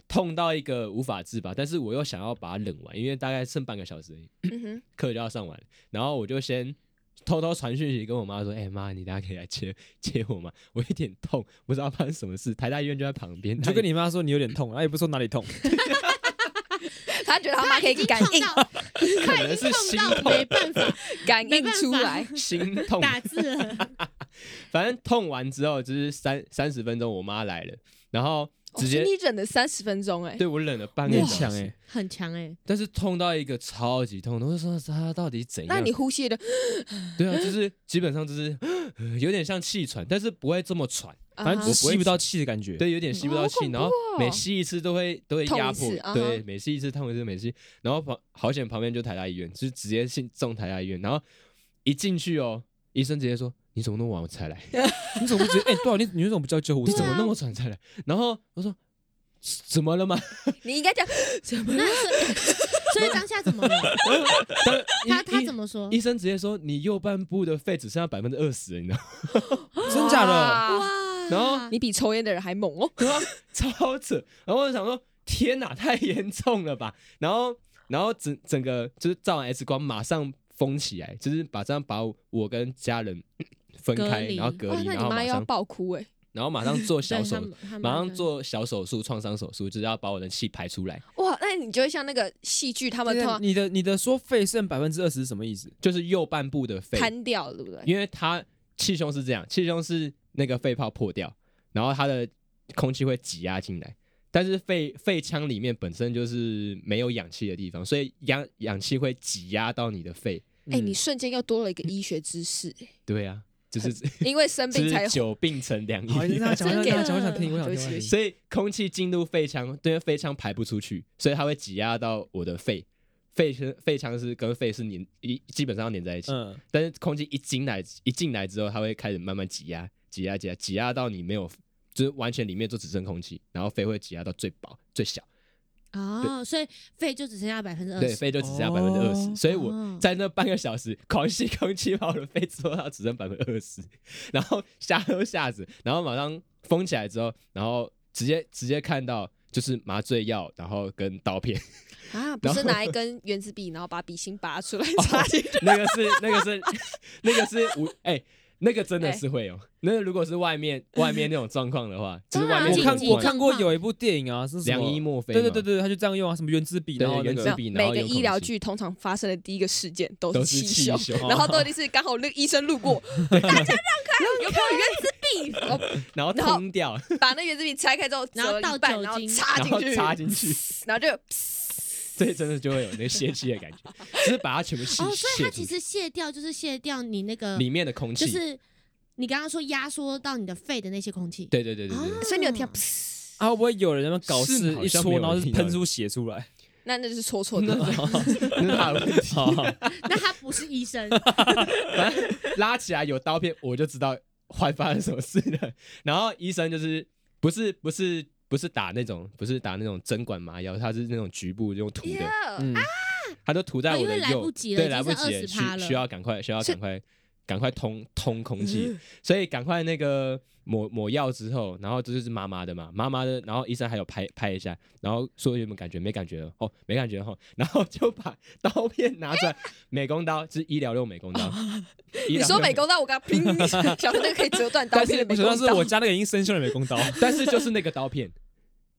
C: 痛到一个无法自拔，但是我又想要把它忍完，因为大概剩半个小时而已，
B: 嗯哼，
C: 课就要上完了，然后我就先偷偷传讯息跟我妈说：“哎、妈，你大家可以来接 接我吗？我有点痛，不知道发生什么事。台大医院就在旁边，
E: 你就跟你妈说你有点痛，然后也不说哪里 痛，
B: 他觉得他妈可以感
D: 已经
B: 应
D: 痛到
C: 可能是心
D: 痛到没
C: 痛，
D: 办法
B: 感
D: 没
B: 应
D: 办法
B: 出来，
C: 心 痛。
D: 打字了，
C: 反正痛完之后就是三三十分钟，我妈来了，然后
B: 哦
C: 直
B: 所
C: 接、
B: 以你忍了三十分钟哎，
C: 对我忍了半
E: 你
C: 个
E: 很
C: 小
E: 强
C: 时，
E: 哎。
D: 很强 哎。
C: 但是痛到一个超级痛，我就说她到底怎样？
B: 那你呼吸的
C: 对啊，就是基本上就是 有点像气喘，但是不会这么喘。
E: 反正
B: 啊
E: 只
C: 我
E: 是
C: 不会
E: 吸不到气的感觉。，
C: 对，有点吸不
B: 哦
C: 到
B: 好
C: 气，
B: 恐
C: 然后
B: 怖
C: 每
B: 哦
C: 吸一次都会都会
B: 痛
C: 压
B: 一
C: 迫
B: 次，啊
C: 对，
B: 哈
C: 每吸一次痛一次，每吸，然后旁好险旁边就台大医院，就是直接进送台大医院，然后一进去哦，医生直接说你怎么那么晚才来，
E: 你怎么不觉得？哎，对啊，你你为什么不叫救护
C: 你
E: 车
C: 怎？
B: 啊
C: 么那么晚才来？然后我说怎么了吗？
B: 你应该讲什么？
D: 那所以所以当下怎么 了？
C: 当
D: 他
C: 医
D: 他
C: 医
D: 怎么说？
C: 医生直接说你右半部的肺只剩下百分之二十，你知道吗？
E: 真假的？
B: 哇，
D: 哇
C: 然后
B: 你比抽烟的人还猛哦！
C: 对啊，超扯。然后我就想说，天哪，太严重了吧？然后，然后整整个就是照完 X 光，马上封起来，就是把这样把我我跟家人分
D: 隔
C: 开，
D: 离
C: 然后隔
B: 哇，
C: 离，
B: 那
C: 然
B: 你
C: 后
B: 妈
C: 马
B: 又要
C: 上，
B: 爆哭哎！
C: 然后马上 做
D: 对
C: 小
D: 他
C: 手，
D: 们他们
C: 马上
D: 对
C: 做小手术，创伤手术，就是要把我的气排出来，
B: 哇，那你就会像那个戏剧他们
E: 对
B: 通
E: 啊
B: 常
E: 你的你的说肺剩百分之二十是什么意思？
C: 就是右半部的肺，
B: 瘫掉了，对不对？
C: 因为它气胸是这样，气胸是那个肺泡破掉，然后它的空气会挤压进来，但是肺肺腔里面本身就是没有氧气的地方，所以氧氧气会挤压到你的肺。
B: 哎、你
E: 嗯
B: 瞬间又多了一个医学知 识、哎
C: 对啊，就是
B: 因为生
C: 就
B: 病才
C: 是久病成良
E: 好，你
C: 医
E: 让。他讲，让他讲，我想
D: 真
E: 听，
D: 的
E: 我想
B: 对不
E: 听。
B: 起
C: 所以空气进入肺腔，因为肺腔排不出去，所以它会挤压到我的肺，肺腔肺腔是跟肺是粘一基本上要粘在一起，
E: 嗯，
C: 但是空气一进来一进来之后，它会开始慢慢挤压挤压挤压挤压到你没有，就是完全里面就只剩空气，然后肺会挤压到最薄最小，
D: 哦，所以肺就只剩下百分之二
C: 对，
D: 十。
C: 肺就只剩下百分之二
E: 哦
C: 十，所以我
D: 哦
C: 在那半个小时狂吸空气，把我的肺做到只剩百分之二十，然后吓都吓死，然后马上封起来之后，然后直接直接看到就是麻醉药，然后跟刀片，
B: 啊，不是
C: 然后哦
B: 拿一根原子笔，然后把笔芯拔 出来 插进去。
C: 那个是那个是那个是无哎、那个真的
B: 哎
C: 是会有，那个如果是外面外面那种状况的话，就是
D: 当然
C: 外
B: 啊
C: 面
E: 我
D: 紧
E: 看
D: 急
E: 我
D: 状
E: 看过
D: 况
E: 有一部电影啊，是什么
C: 良医墨菲嘛，
E: 对对对对，他就这样用啊，什么原子笔，
C: 对
E: 然后那
C: 原
E: 个
C: 子
B: 没有
C: 笔然
B: 每
C: 后
B: 个
C: 用
B: 医
C: 空
B: 疗
C: 气
B: 剧通常发生的第一个事件都
C: 都
B: 是
C: 是
B: 气
C: 气哦
B: 胸，
C: 胸，
B: 然后都一定是刚好那个医生路 过，大家让开，有没有原子笔？然哦后
C: 然后
B: 然后
C: 通掉，
B: 把那原子笔拆开之后，
D: 然后
B: 折一
D: 倒
B: 半
D: 酒
B: 然后
D: 精
B: 插
C: 然
B: 进
C: 后
B: 去，
C: 插进去。
B: 然后就
C: 所以真的就会有那个泄气的感觉，就是把它全部吸
D: 哦，所以它
C: 泄出
D: 其
C: 去
D: 实卸掉就是卸掉你那个，
C: 里面的空
D: 就
C: 气。
D: 是你刚刚说压缩到你的肺的那些空气。
C: 对对对对对，
D: 啊
B: 所以你有听到，
E: 啊，会不会有人那么搞
C: 是
E: 事
C: 好
E: 一
C: 像
E: 戳，
C: 没有
E: 然后
C: 人
E: 是
C: 听到
E: 喷出血出 来？
B: 那那就是戳错的。
C: 嗯 那是他的问题。
E: 好，好
D: 那他不是医 生，
C: 反正拉起来有刀片，我就知道坏发生什么事了。然后医生就是不是不是不是打那种不是打那种针管麻药，他是那种局部用涂的，
B: Yeah
E: 嗯，
C: 他就涂在
D: 哦
C: 我
D: 因
C: 的
D: 为来
C: 右，
D: 不及了
C: 对，
D: 已经
C: 来不
D: 是
C: 及了，
D: 20%了
C: 需需要赶快需要
B: 是
C: 赶快赶快通通空气，
D: 嗯
C: 所以赶快那个抹抹药之后，然后这就是麻麻的嘛，麻麻的，然后医生还有拍拍一下，然后说有没有感觉，没感觉了哦，没感觉了哦，然后就把刀片拿出来，美工刀，就是医疗用美工
D: 哦
C: 刀，医
B: 你
C: 疗
B: 说
C: 用
B: 美工刀，我刚刚拼，想说那个可以折断刀
E: 但
B: 片
E: 是
B: 的美
E: 主要
B: 工
E: 是
B: 刀
E: 我，家那个已经生锈的 美工刀，
C: 但是就是那个刀片，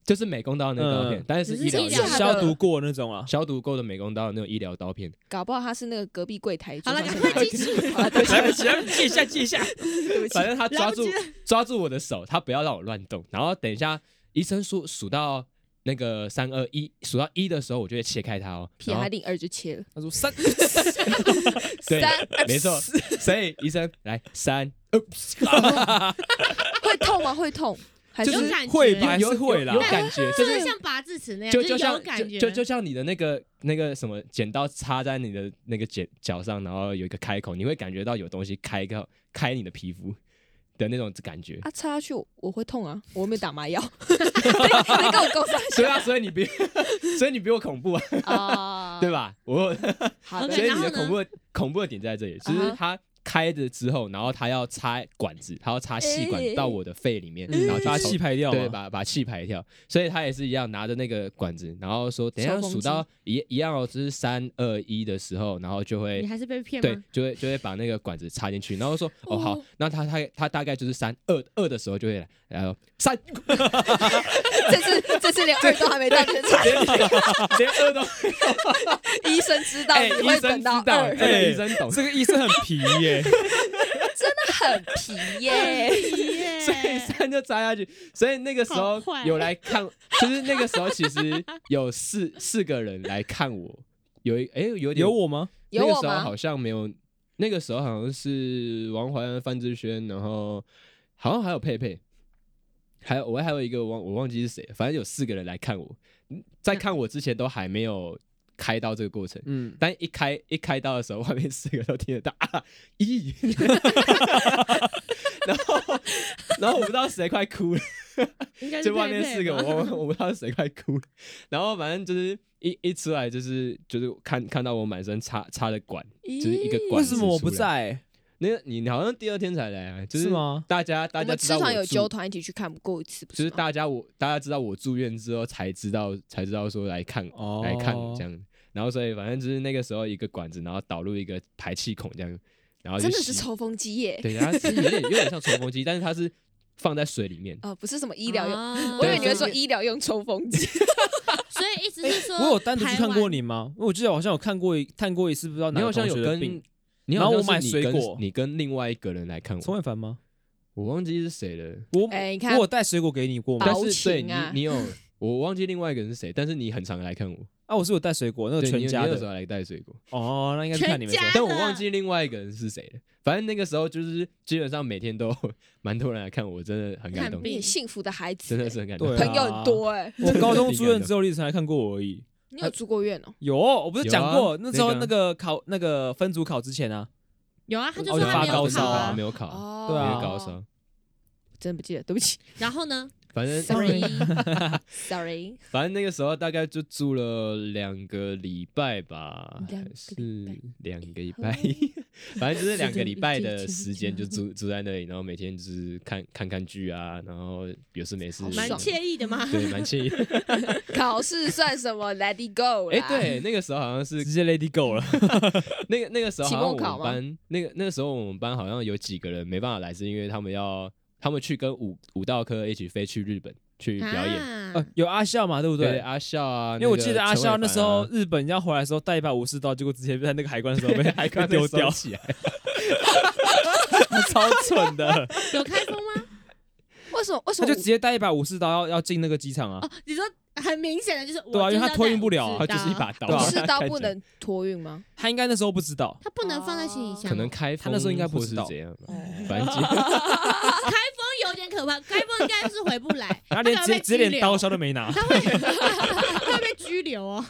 C: 就是美工刀的那个刀片，
E: 嗯
C: 但是
D: 只
C: 医
D: 是
C: 疗
D: 医
C: 用
D: 疗
C: 的
B: 的
E: 消毒过那 种啊。
C: 消毒过的美工刀的那种医疗 刀片，
B: 搞不好他是那个隔壁柜台。
D: 好了，赶
B: 就
D: 快
B: 是
D: 继续。
B: 啊对
E: 来不及，来不及，借一下，借一下。
B: 对不起
C: 反正他抓
D: 来不
C: 住
D: 及
C: 抓住我的手，他不要让我乱动，然后等一下医生数数到。那个三二一数到一的时候，我就会切开它哦。
B: 撇
C: 然后
B: 还领二就切了，
E: 他说三，
C: 对
B: 三，
C: 没错。所以医生来三，
B: 会痛吗？会痛，还
E: 就是
D: 有
B: 是
D: 感觉
E: 会吧还是
C: 有
E: 会啦
C: 有有感觉， 就
D: 就是是像拔智齿那样，
C: 就
D: 就是有
C: 像
D: 感觉，
C: 就就就像你的那个那个什么剪刀插在你的那个剪脚上，然后有一个开口，你会感觉到有东西开个开你的皮肤的那种感觉。
B: 啊插下去我我会痛啊，我又没有打麻 药，你跟我勾上
C: 所以啊，所以你比 所以你比我恐怖啊，
D: 哦
B: 啊
C: 对？吧？我
B: 好的
C: 所
D: 对
C: 以
D: 然
C: 你
D: 后
C: 的
D: 呢
C: 恐怖的恐怖的点在这里，就
B: 啊
C: 是
B: 哈
C: 它开的之后，然后它要插管子，它要插细管
B: 哎
C: 到我的肺里面，
E: 嗯
C: 然后
E: 把
C: 去
E: 气排掉嘛，
C: 对，把把气排掉。所以他也是一样拿着那个管子，然后说等一下
B: 抽风
C: 数
B: 机
C: 到一一样哦，就是三二一的时候，然后就会
D: 你还是被骗
C: 对
D: 吗？，
C: 就会就会把那个管子插进去，然后说哦好
D: 哦，
C: 那他他他大概就是三二二的时候就会来，然后 三
B: 这次这次连二都还没到就插，
C: 连连二都
B: 医生知道
C: 哎，
B: 你
C: 医
B: 会
C: 生
B: 等
C: 知
B: 到
C: 道，
B: 二
C: 真，的医生懂，
E: 这个医生很皮 耶，
B: 很皮耶。
D: 耶
C: 所以三就扎下去，所以那个时
D: 好
C: 候
D: 坏
C: 有来看，就是那个时候其实有四 四个人来看我，有一哎有点
E: 有我吗？
B: 有
C: 那个
B: 我
C: 时候
B: 吗
C: 好？像没有，那个时候好像是王怀安、范志轩，然后好像还有佩佩，还有我还有一个忘我忘记是谁了，反正有四个人来看我，嗯在看我之前都还没有开刀这个过程。
E: 嗯，
C: 但一开一开刀的时候，外面四个都听得到 啊，咦，然后然后我不知道谁快哭了，
D: 应该是
C: 就外面四个
D: 佩佩吧
C: 我我不知道谁快哭了，然后反正就是一一出来就是就是看看到我满身插插的管，就是一个管
E: 为
C: 子
E: 什么我不
C: 出来？
E: 在？
C: 那个你好像第二天才来啊，就是
E: 吗？
C: 大家
B: 我
C: 大家
B: 们
C: 知
B: 吃
C: 道
B: 团
C: 我
B: 有
C: 住
B: 揪，团一起去看过一次，不
C: 就是
B: 是吗？
C: 大家我大家知道我住院之后才知道才知道说来看
E: 哦
C: 来看我这样，然后所以反正就是那个时候一个管子，然后导入一个排气孔这样，然后就
B: 真的
C: 吸
B: 是抽风机耶，
C: 对，它是有点有点像抽风机，但是它是放在水里面，
B: 哦，不是什么医疗用，
D: 哦
B: 我以为你会
C: 啊对
B: 说医疗用抽风机，
D: 所以意哎思是说，
E: 我有单独去看
D: 排
E: 过
D: 完，
E: 你吗？我记得我好像有看过一看过一次，不知道
C: 你
E: 哪
C: 好
E: 个
C: 像
E: 同
C: 有
E: 学的
C: 跟
E: 病。，
C: 你
E: 然
C: 好
E: 后
C: 像
E: 我买
C: 是你
E: 水
C: 跟
E: 果
C: 你跟另外一个人来看
E: 陈
C: 我，
E: 伟凡吗？
C: 我忘记是谁了，
E: 我
B: 哎你看
E: 我有带水果给你过吗
C: 但
B: 薄？
C: 是对
B: 情
C: 你
B: 啊
C: 你有我忘记另外一个人是谁，但是你很常来看我，
E: 啊，我是有带水果，那个
C: 对，你
E: 全
C: 有
E: 家
C: 你有时
E: 的。
C: 候来带水果。
E: 哦，那应该是看你们说
D: 全家。
C: 但我
B: 啊
C: 忘记另外一个人是谁了。反正那个时候就是基本上每天都 蛮多人来看我，真的很感
D: 看
C: 动
D: 病，
B: 你很幸福的孩子
C: 真的
B: 耶，
C: 是很感动
E: 对。啊
B: 朋友很多哎。
E: 我高中住院之后，一直才来看过我而已。
B: 你
C: 啊
B: 有住过院哦？
E: 有，我不是讲
C: 有
E: 过
C: 啊
E: 那时候
C: 那
E: 那
C: 个
E: 个考那个分组考之前啊，
D: 有啊，他就
E: 哦
D: 说
E: 有
D: 他没
E: 发高
D: 有
E: 烧
D: 考
E: 啊
D: 啊
C: 没。有考，
B: 哦
E: 对
C: 没
E: 啊
C: 有高，烧，
B: 真的不记得，对不起
D: 然后呢
C: 反正
D: ？Sorry，
B: ，sorry。
C: 反正那个时候大概就住了两个礼拜吧，
B: 两
C: 还
B: 个礼拜
C: 是两个礼拜， 反正就是两个礼拜的时间就住住在那里，然后每天就是看看看剧啊，然后有事没事
B: 好，
D: 蛮
B: 爽
D: 惬意的嘛。
C: 对，蛮惬意的。
B: 考试算什么？Let it go
C: 哎、
B: 啦
C: 对，那个时候好像是
E: 直接 Lady Go 了。
C: 那个那个时候
B: 期
C: 好
B: 末
C: 像我
B: 考
C: 们
B: 吗
C: 班那个那个时候我们班好像有几个人没办法来，是因为他们要他们去跟武武道科一起飞去日本去 表演。
E: 呃
D: 演，
E: 有阿笑嘛，对不
C: 对
E: 对？
C: 阿笑啊，
E: 因为我记得阿笑
C: 笑
E: 那时 候日本要回来的时候带一把武士刀，结果直接在那个海关的时 候被海关丢掉，
C: 起来，
E: 超蠢的。
D: 有开封 吗？
B: 为什么？为什
E: 他
B: 么
E: 就
B: 我？
E: 直接带一把武士刀要要进那个机场啊
D: 哦，，你说很明显的就是我
E: 对啊因为
D: 就
E: 他
D: 是要
E: 托运
D: 带
E: 不了啊
D: 武士
C: 他就是一把刀
E: 对，啊
B: 武士刀
C: 看起来
B: 不能托运吗？
E: 他应该那时候不知道，
D: 他不能放在行李箱哦，
C: 可能开
E: 他
C: 封
E: 那时候应该不
C: 或
E: 知
C: 是
E: 道
C: 怎样吧，
B: 哦，
C: 反正基
D: 开封有点可怕，开封应该是回不 来，他
E: 然后连
D: 可能
E: 直接
D: 被
E: 直接
D: 拘
E: 连
D: 留
E: 刀削都没拿。
D: 他会他会被拘留哦。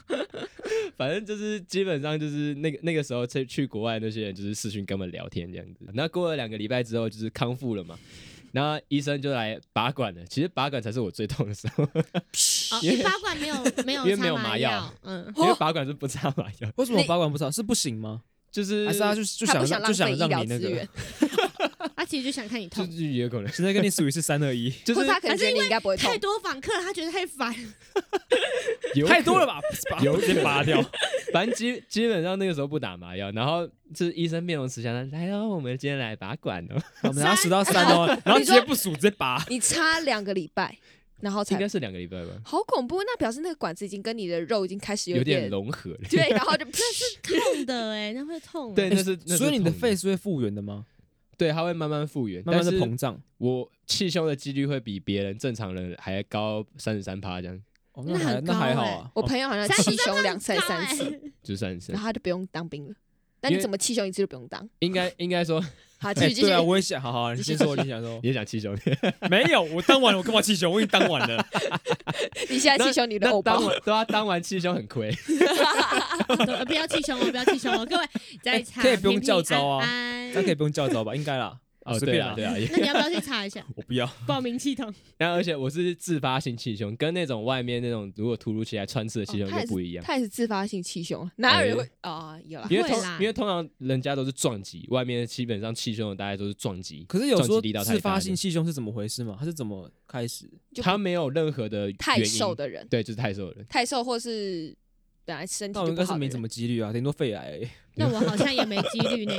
C: 反正就是基本上就是那个那个时候去去国外那些人就是视讯跟我们聊天这样子。那过了两个礼拜之后就是康复了嘛，然后医生就来拔管了。其实拔管才是我最痛的时候，
D: 哦，
C: 因为
D: 一八罐没有没有
C: 因为没
D: 擦
C: 有麻
D: 麻
C: 药，
D: 嗯，
C: 因为拔管是不插麻药，
E: 为什么保管不知道？是不行吗？
C: 就是
E: 还是他就就
B: 他
E: 想
B: 不想
E: 就
B: 浪
E: 想
B: 费医
E: 让
B: 疗
E: 你那
B: 资
E: 个
B: 源？，
D: 他其实就想看你
C: 就
D: 痛，
C: 是也有可能
E: 现在跟你数一次三二一，
C: 就
B: 或
C: 是
B: 者他可能觉得你应该不会痛
D: 太，多访客了，他觉得太烦。
C: 有
E: 太多了吧？不是吧
C: 有可能
E: 直接拔掉。
C: 反正基基本上那个时候不打麻药，然后就是医生面容慈祥的来哦，我们今天来拔管哦，
E: 我们要数到三哦，然后直接不数，直接拔。
B: 你插两个礼拜，然后
C: 应
B: 才
C: 该是两个礼拜吧，
B: 好恐怖。那表示那个管子已经跟你的肉已经开始
C: 有
B: 点
C: 点融合了。
B: 对，然后就
D: 痛的哎、那会痛、
C: 对，
D: 欸。
C: 那是那是
E: 哎所以你的
C: 痛
E: 肺是会复原的吗？
C: 对它会慢慢复原，
E: 慢慢的
C: 但是
E: 膨胀。
C: 我气胸的几率会比别人正常人还高三十三趴，这样
E: 哦
D: 那
E: 还
D: 很
E: 那
D: 高
E: 还好
D: 欸
E: 啊。
B: 我朋友好像气胸两次、三
D: 次，
B: 次，
D: 欸
C: 就算是
B: 然后他就不用当兵了。那
C: 因
B: 你
C: 为
B: 怎么气胸一次就不用当？
C: 应该应该 说
B: 好，继
E: 哎
B: 续继续
E: 对。啊，我也想，好好，你先说，你想说
C: ，也想气胸，
E: 没有，我当晚我干嘛气胸？我已经当晚了，
B: 你现在气胸，你的
C: 那
B: 偶包
C: 当。完对啊，当完气胸很 亏，
D: 对不要气胸哦，不要气胸哦，各位在
E: 哎
D: 查、
E: 可以不用叫招啊
D: 平平安安
E: 那可以不用叫招吧？应该啦。
C: 哦，
E: 随
C: 对
E: 便
C: 啊
E: 啦
C: 对啊，也
D: 那你要不要去查一下
E: 我不要。
D: 报名系统？
C: 然后而且我是自发性气胸，跟那种外面那种如果突如其来穿刺的气胸
B: 哦他也
C: 就是不一样。
B: 他也是自发性气胸，哪有人会
C: 哎
B: 啊？有啦，
C: 因为通
D: 会啦
C: 因为通常人家都是撞击，外面基本上气胸的大概都是撞击，
E: 可是有
C: 撞
E: 说
C: 击力道太
E: 自
C: 大
E: 发
C: 了
E: 性气胸是怎么回事嘛？它是怎么开始？
B: 就
C: 他没有任何的原
B: 太
C: 因
B: 瘦，的人，
C: 对，就是太瘦的人。
B: 太瘦或是本来身体
E: 那我
B: 就
E: 应
B: 不
E: 该是
B: 好的
E: 没什
B: 人，
E: 么几率啊，顶多肺癌而已。
D: 那我好像也没几率呢。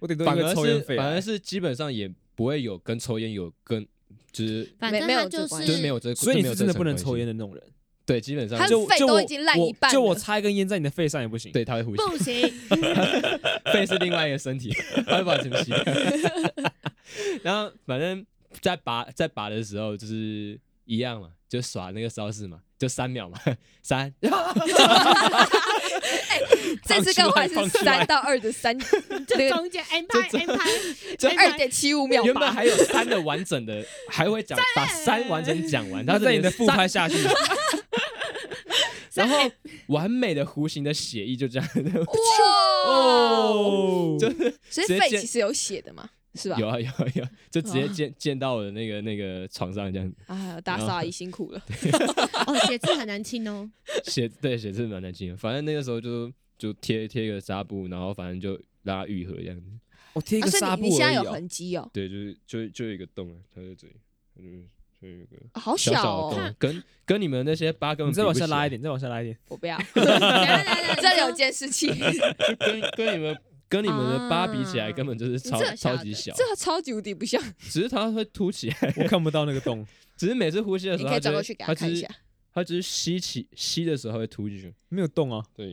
E: 我顶多
C: 反
E: 因为
C: 而
E: 抽烟
C: 是
E: 肺
C: 反而
E: 癌。
C: 是基本上也不会有跟抽烟有跟就是
D: 反正
B: 没有
D: 他就
B: 这关
D: 是
C: 就是没有这，
E: 所以你
C: 就是没有
E: 真的不能
C: 这层
E: 抽烟
C: 关系，
E: 的那种人，
C: 对，基本上
B: 他
E: 就
B: 肺
E: 就
B: 都
E: 我
B: 已经烂一
E: 我
B: 半
E: 就我
B: 了
E: 插一根烟在你的肺上也不行。
C: 对他会呼吸，
D: 不行，
C: 肺是另外一个身体，他会把全部吸 掉。然后反正在拔在拔的时候就是一样嘛，就耍那个招式嘛，就三秒嘛，三
B: 这次更坏是
E: 放出来
B: 三到二的三，
D: 这
B: 那个
D: 中间 M 拍 M 拍，
C: 就
D: 哎
B: 二点七五秒
C: 原本
B: 吧。
C: 还有三的完整的，还会讲把三完整讲完，
E: 他
C: 他
E: 在你的腹拍下去，
C: 然后完美的弧形的血液就这样，
B: 哇！
E: 哦，
C: 就
B: 所以
C: 直接
B: 肺
C: 见
B: 其实有血的嘛，是吧？哦
C: 有啊有啊有啊， 就直接溅溅到我的那个那个床上这样，
B: 啊，打扫阿姨辛苦了。
D: 哦，写字很难亲哦。
C: 血对血是蛮难清的，反正那个时候就就贴贴个纱布，然后反正就让它愈合这样子，
E: 我贴一
B: 啊，
E: 个
B: 所
E: 纱
B: 以
E: 布
B: 你你现在
E: 而已
B: 有
E: 哦。
B: 痕迹哦，
C: 对，就是就就有一个洞啊，它在这里，它就是就有一个
B: 啊好
C: 小小的
B: 哦，
C: 洞，跟跟你们那些八根
E: 你
C: 本
E: 再往
C: 比
E: 下
C: 不起
E: 拉
C: 来
E: 一，点，再往下拉一点。
B: 我不 要。
D: 等一下等一下等一下
B: 这里有监视 器，
C: 就跟跟你们。跟你们的八比起来，
D: 啊
C: 根本就是超
D: 这个
C: 超
D: 小
C: 级
D: 的
C: 小，
B: 这超级无敌不像。
C: 只是它会凸起来，
E: 我看不到那个洞，
C: 只是每次呼吸的
B: 你
C: 时候，
B: 可以
C: 它就
B: 转
C: 会
B: 过去给他看一下，。
C: 它只是吸气吸的时候会凸进去。
E: 没有洞啊。
C: 对，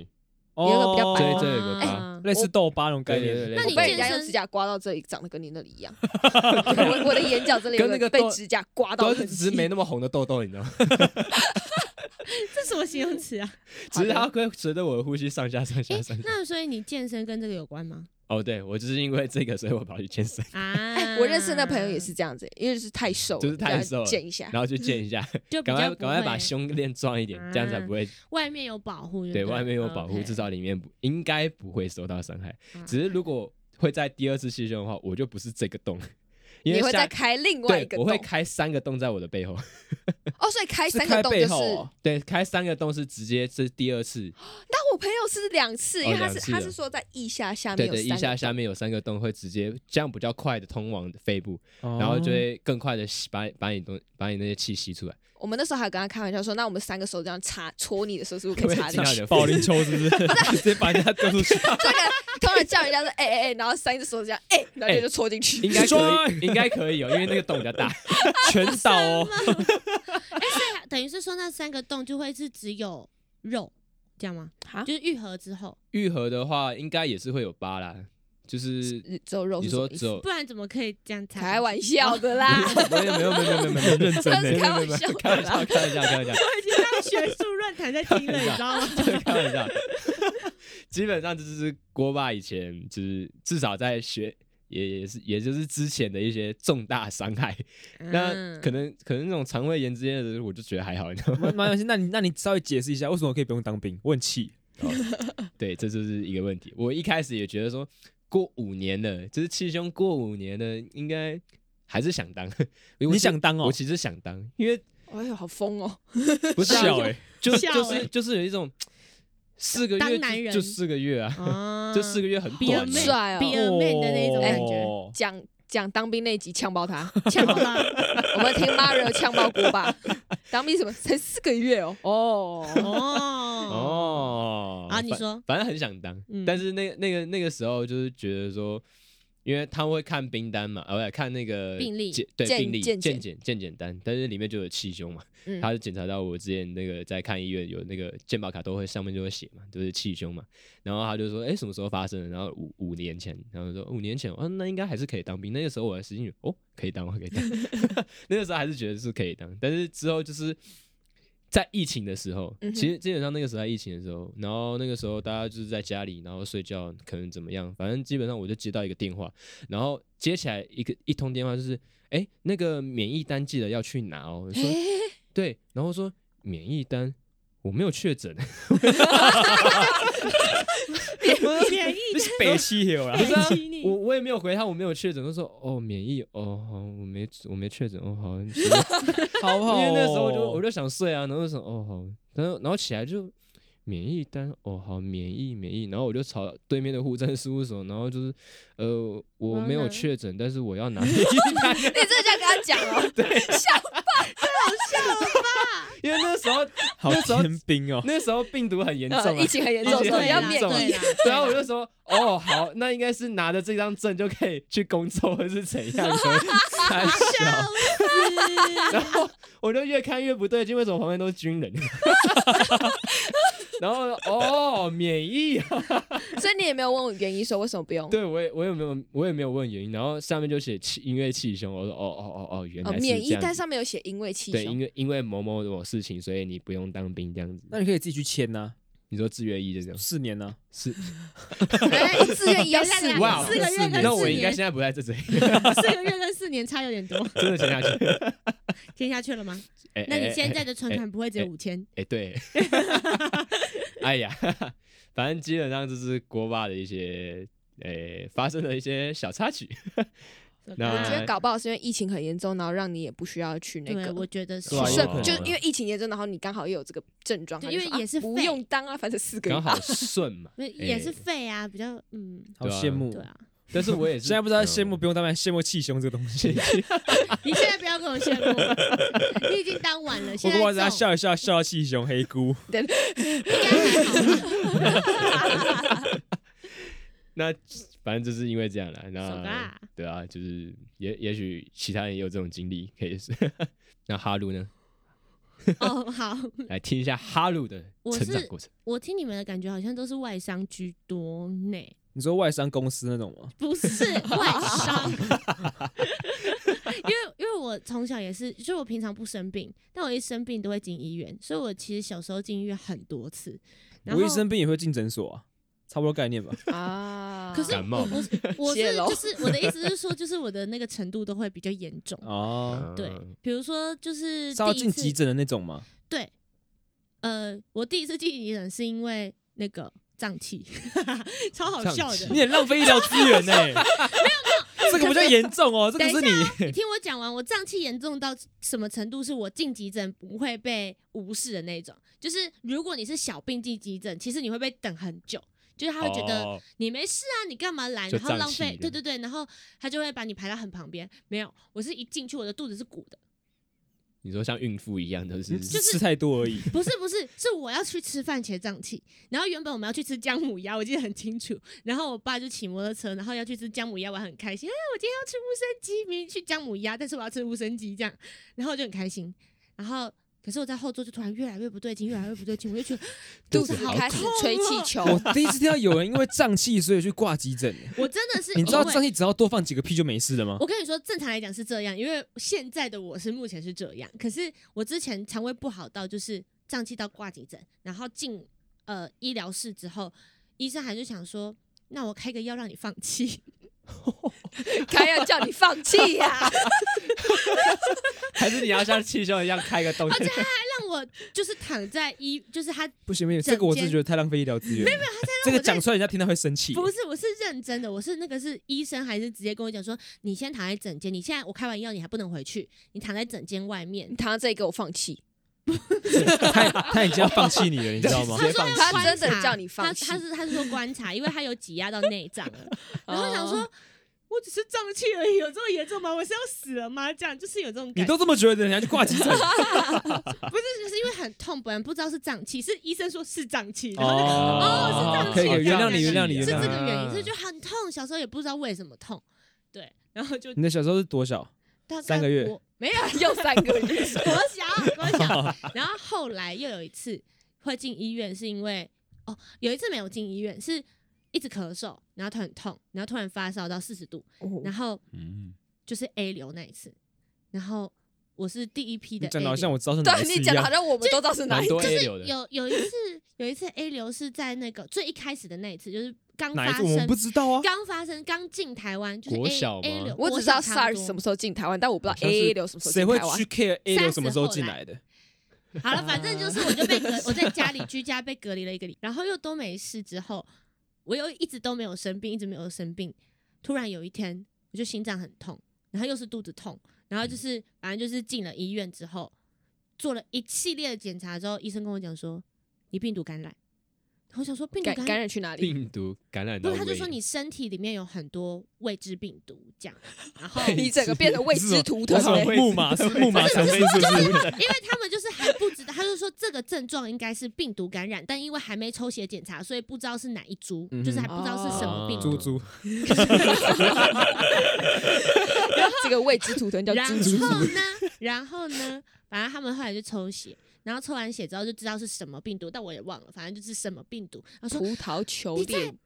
B: 有一个比较白
E: 哦，
C: 这有个疤
B: 哎
D: 啊
E: 类似痘疤那种概
C: 对对
E: 念。
C: 对。
D: 那
C: 类
D: 你
C: 似
B: 被人
D: 健
B: 家用
D: 身
B: 指甲刮到这里，长得跟你那里一 样。我我的眼角这里有
C: 跟那个
B: 被
C: 痘
B: 指甲刮到
C: 都
B: 的
C: 是
B: 痕
C: 只是
B: 迹，
C: 没那么红的痘痘，你知道吗？
D: 这什么形容词啊？
C: 只是它会随着我的呼吸上下上下
D: 哎
C: 上，下。
D: 那所以你健身跟这个有关 吗？
C: 哦，对，我就是因为这个，所以我跑去健身，
D: 啊，
B: 我认识的朋友也，是这样子，因为是太瘦了，
C: 就是太瘦了
B: 要减一下
C: 然。后去健一下，
D: 就比
C: 赶
D: 较
C: 快
D: 不
C: 赶快把
D: 会
C: 胸练壮一点，
B: 啊
C: 这样才不会
D: 外面有保护就对
C: 对
D: 了，
C: 外面有保护，
D: OK
C: 至少里面不应该不会受到伤害
B: 嗯
D: 啊。
C: 只是如果会在第二次吸胸的话，我就不是这个洞，因
B: 你
C: 为
B: 会
C: 下
B: 再开另外一
C: 对
B: 个，
C: 我
B: 洞
C: 会开三个洞在我的背后，
B: 哦，所以开
E: 是
B: 三
E: 开
B: 个洞就
E: 背
B: 是。
E: 后哦，
C: 对，开三个洞是直接是第二次，
B: 但我朋友是两次，因为他是
C: 哦两次
B: 他
C: 的
B: 是说在腋下下面
C: 对
B: 有
C: 对，
B: 三
C: 腋
B: 个
C: 下
B: 洞
C: 下面有三个洞，会直接这样比较快的通往肺部，然后就会更快的把把你东把你那些气吸出来。
B: 我们那时候还跟他开玩笑说，那我们三个手这样插戳你的时候，是不是
C: 可
B: 可
C: 不
B: 以
C: 可
B: 插
C: 以
B: 进去？
C: 插你的
E: 保龄球是不是？直接把人家丢出去，
B: 这个通常叫人家说哎哎哎，然后三只手这样哎、然后就就戳进去。
C: 应该可
E: 爽
C: 以，应该可以哦，因为那个洞比较大。
E: 全倒 哦。
D: 那等于是说那三个洞就会是只有肉，这样吗？
B: 哈
D: 就是愈合之后，
C: 愈合的话，应该也是会有疤啦，就是
B: 只有肉
C: 你
B: 是什么
C: 说
B: 意
C: 只
B: 思？
C: 有
D: 不然怎么可以这样插进去？
B: 开玩笑的啦，
C: 没有没有没有没有没有，认真
B: 真
C: 没
B: 是
C: 有
B: 开玩笑 的
C: 开
B: 啦。
C: 玩笑开玩笑开玩笑
D: 我已经当学术论坛在听 了，你知道吗？
C: 开玩笑，基本上这就是锅巴以前就是至少在学。也也是，也就是之前的一些重大伤害，
B: 嗯
C: 那可
D: 能
C: 能可能那种肠胃炎之类的，我就觉得还好，你知道吗？
E: 蛮蛮有趣，那你那你稍微解释一下，为什么可以不用当兵？我很气。
C: 对，这就是一个问题。我一开始也觉得说，过五年了，就是气胸过五年了，应该还是想当。 我
E: 你
C: 其
E: 想当哦
C: 我其实想当，因为
B: 哎呦，好疯哦！
C: 不是啊
E: 笑欸
C: 就
D: 笑
C: 就
D: 欸
C: 是就是有一种四个
D: 当
C: 月
D: 男
C: 就
D: 人
C: 就四个月啊，
D: 啊
C: 这四个月很
D: 比尔
C: 短欸
D: 妹
B: 帅哦
D: 比尔妹的那种感觉，
E: 哦
B: 讲讲当兵那一集呛爆他，
D: 像吗？
B: 我们听 Mario 呛爆锅吧。当兵什么才四个月哦，哦，
D: 哦
C: 哦。
D: 啊你
C: 反
D: 说
C: 反正很想当，
D: 嗯
C: 但是那那个那个时候就是觉得说，因为他会看兵单嘛，呃，不看那个
D: 病历
C: 检对
B: 健
C: 病历
B: 健
C: 健
B: 检
C: 检健检单，但是里面就有气胸嘛，
B: 嗯
C: 他就检查到我之前那个在看医院有那个健保卡都会上面就会写嘛，就是气胸嘛，然后他就说，哎，什么时候发生的？然后五五年前，然后说五年前，啊，那应该还是可以当兵。那个时候我的时间哦，可以当，我可以当。那个时候还是觉得是可以当，但是之后就是在疫情的时候，
B: 嗯哼
C: 其实基本上那个时候在疫情的时候，然后那个时候大家就是在家里，然后睡觉，可能怎么样，反正基本上我就接到一个电话，然后接起来一个一通电话就是，哎、那个免疫单记得要去拿哦，我说、对，然后说免疫单。我没有确诊，
D: 免疫
E: 你是北西 有啦
C: 不，是啊
D: 担心你，
C: 我我也没有回他，我没有确诊，他说哦免疫哦好，我没我没确诊哦好， 你随便
E: 好不好？
C: 因为那时候我
E: 哦
C: 就我就想睡啊，然后就想哦好，然后然后起来就免疫单哦好免疫免疫，然后我就朝对面的护政事务所，然后就是呃我
D: 然后
C: 没有
D: 呢
C: 确诊，但是我要拿免疫单，
B: 你真的这样跟他讲哦？笑
C: 因为那时候
E: 好
C: 那时候
E: 天兵哦，
C: 那时候病毒很严重
B: 呃，
C: 啊
B: 疫。情很严
C: 疫
B: 重，
C: 情
B: 所以
C: 很
B: 要
C: 严
B: 免
C: 重
B: 疫。
D: 啊，
C: 然后我就说，哦，好，那应该是拿着这张证就可以去工作，或是怎样的？太小，然后我就越看越不对劲，为什么旁边都是军人？ 然后哦，免疫啊，
B: 所以你也没有问我原因，说为什么不用？
C: 对，我也我也没有我也没有问原因，然后下面就写气因为气胸，我说哦哦哦哦，原
B: 哦，
C: 来是
B: 免
C: 这
B: 疫
C: 样
B: 单
C: 子
B: 上面有写因为气
C: 对，因
B: 胸，
C: 为因为某某某事情，所以你不用当兵这样子。
D: 呃
E: 那你可以自己去签呐，
C: 你说自愿意就这样
E: 四年呐，
C: 是
B: 哎自愿医要四年
D: 等一下
C: 哇，哦
D: 四个月跟四
C: 那我应该
D: 年，
C: 现在不在这里，
D: 四个月跟四年差有点多，
C: 真的签下去。
D: 听下去了吗？
C: 哎
D: 那你
C: 哎
D: 现
C: 哎
D: 在的存款不会只有五千？
C: 哎、对， 哎呀，反正基本上就是锅巴的一些，哎、发生的一些小插曲。那
B: 我觉得搞不好是因为疫情很严重，然后让你也不需要去那
D: 对，
B: 个。
D: 我觉得是
C: 对啊有
B: 顺
C: 可能
B: 就
C: 啊
B: 因为疫情严重，然后你刚好又有这个症状，
D: 对
B: 他就
D: 因
B: 说
D: 为也是
B: 啊不
D: 肺，
B: 用当啊，反正四个月
C: 刚好顺嘛
D: 那也是
C: 哎
D: 肺啊，比较嗯，
E: 好
C: 对啊
E: 羡慕
D: 对。啊。
C: 但是我也是
E: 现在不知道羡慕
C: 嗯
E: 不用当兵，羡慕气胸这个东西。
D: 你现在不要跟我羡慕，你已经当晚了，
E: 我
D: 现
E: 跟
D: 在
E: 我他
D: 这种
E: 笑一笑，笑到气胸黑姑。
D: 应该还好吧。
C: 那反正就是因为这样了，
D: 手个
C: 那
D: 啊
C: 对啊，就是也也许其他人也有这种经历，可以是。 那哈鲁呢？
D: 哦，好，
C: 来听一下哈鲁的
D: 我
C: 成长
D: 是
C: 过程。
D: 我听你们的感觉好像都是外商居多呢，
E: 你说外商公司那种吗？
D: 不是 外商，因为因为我我从小也是，就是我平常不生病，但我一生病都会进医院，所以我其实小时候进医院很多次。然
E: 我
D: 后
E: 一生病也会进诊所啊，差不多概念吧。
B: 啊
D: 可是
C: 感冒
D: 我不是， 我
B: 泄
D: 是
B: 露
D: 就是我的意思是说，就是我的那个程度都会比较严重。
E: 哦，
D: 对，比如说就是
E: 是要
D: 第一
E: 进急
D: 次，
E: 诊的那种吗？
D: 对，呃，我第一次进急诊是因为那个胀气， 超好
C: 胀
D: 笑
C: 气
D: 的。
E: 你很浪费医疗资源呢、没有没有，这个比较严重哦，这个是
D: 你
E: 你
D: 听我讲完，我胀气严重到什么程度？是我进急诊不会被无视的那种。就是如果你是小病进急诊，其实你会被等很久，就是他会觉得
C: 哦
D: 你没事啊，你干嘛来？
C: 就
D: 然后浪
C: 胀气
D: 费，对
C: 这
D: 对对，然后他就会把你排到很旁边。没有，我是一进去我的肚子是鼓的，
C: 你说像孕妇一样都是
E: 你只是吃太多而已。
D: 不是不是，是我要去吃饭前胀气。然后原本我们要去吃姜母鸭，我记得很清楚。然后我爸就骑摩托车，然后要去吃姜母鸭，我还很开心啊！我今天要吃乌参鸡，明明去姜母鸭，但是我要吃乌参鸡这样，然后我就很开心。然后可是我在后座就突然越来越不对劲，越来越不对劲，我就觉得
B: 肚
D: 子
B: 子
D: 好
B: 开始
D: 痛
B: 吹气
D: 哦
B: 球，
E: 我第一次听到有人因为胀气所以去挂急诊、
D: 我真的是
E: 你知道
D: 因为
E: 胀气只要多放几个屁就没事了
B: 嗯
E: 吗？
D: 我跟你说，正常来讲是这样，因为现在的我是目前是这样。可是我之前肠胃不好到就是胀气到挂急诊，然后进呃医疗室之后，医生还是想说，那我开个药让你放 气。
B: 开要叫你放弃呀、
C: 还是你要像气胸一样开个
E: 哦
C: 洞？
D: 而且他还让我就是躺在医，就是他
E: 不行不行，
D: 整
E: 这个我是
D: 间
E: 觉得太浪费医疗资源了。这个讲出来人家听到会生气。
D: 不是我是认真的，我是那个是医生还是直接跟我讲说，你先躺在诊间，你现在我开完药你还不能回去，你躺在诊间外面
B: 你。躺在这里给我放弃，
E: 他他已经要放弃你了，你知道吗
C: 直？接放弃
B: 他真的
D: 观察
B: 叫你放
D: 他
B: 弃
D: 他是他是说观察，因为他有挤压到内脏啊了。然后想说
B: 哦，
D: 我只是胀气而已，有这么严重吗？我是要死了吗？这样就是有这种
E: 你
D: 感觉，
E: 都这么觉得，人家去挂急诊
D: 不是，就是因为很痛，本来不知道是胀气，是医生说是胀气，然后
E: 哦
D: 哦是胀气
E: 可以可以，原
D: 原
E: 谅
D: 谅
E: 你，
D: 你
E: 原谅
D: 就
E: 你，原
D: 是
E: 谅
D: 这
E: 你。
D: 个原因，所以就很痛。小时候也不知道为什么痛，对，然后就
E: 你的小时候是多小？
D: 大概
E: 三个月
D: 国没有
B: 又三个月，
D: 国小国
E: 哦
D: 小，然后后来又有一次会进医院，是因为哦有一次没有进医院，是一直咳嗽，然后突然痛，然后突然发烧到四十度， 然后
E: 嗯，
D: 就是 A 流那一次，然后我是第一批
E: 你
D: 的
E: 讲
D: A
E: 的好像
D: 流。
E: 我知道是哪一
B: 对
E: 次
B: 你
E: 一
B: 讲的
E: 样
B: 好。像我们都知道是哪
C: 蛮
B: 一
C: 多
B: 个。
C: A 流的，
D: 有有一次，有一次 A 流是在那个最一开始的那一次，就是刚
E: 哪
D: 发
E: 一次我们
D: 生
E: 不，知道啊？
D: 刚发生，刚进台湾，就是 A
C: 国小吗
D: A 流，
B: 我只知道
D: 国小差
B: SARS
D: 不多
B: 什么时候进台湾，但我不知
E: 好
B: 道
E: 像是
B: A 流什么时候
E: 谁
B: 进
E: 会
B: 台湾
E: 去。care A 流
D: 30
E: 什么时候进来的？
D: 好了，反正就是我就被隔，我在家里居家被隔离了一个礼，然后又都没事之后，我又一直都没有生病，一直没有生病。突然有一天，我就心脏很痛，然后又是肚子痛，然后
E: 嗯
D: 就是反正就是进了医院之后，做了一系列的检查之后，医生跟我讲说你病毒感染。我想说病毒
B: 感
D: 感
B: 感染去哪里？
C: 病毒感染
D: 不
C: 到
D: 是，他
C: 胃。
D: 就说你身体里面有很多未知病毒这 样，然后
B: 你整个变得未知图腾欸
E: 我什么
B: 嘞。
E: 木 马是木马城市是不是？
D: 因为他们就是还不知道，他就说这个症状应该是病毒感染，但因为还没抽血检查，所以不知道是哪一株，
E: 嗯哼
D: 就是还不知道是什么病毒。
E: 哦猪猪，
B: 这个未知图腾叫
D: 然
B: 蜘蛛。
D: 后呢，然后呢，反正他们后来就抽血，然后抽完血之后就知道是什么病毒，但我也忘了，反正就是什么病毒。然后说
B: 葡萄球链。
C: 哦
B: 啊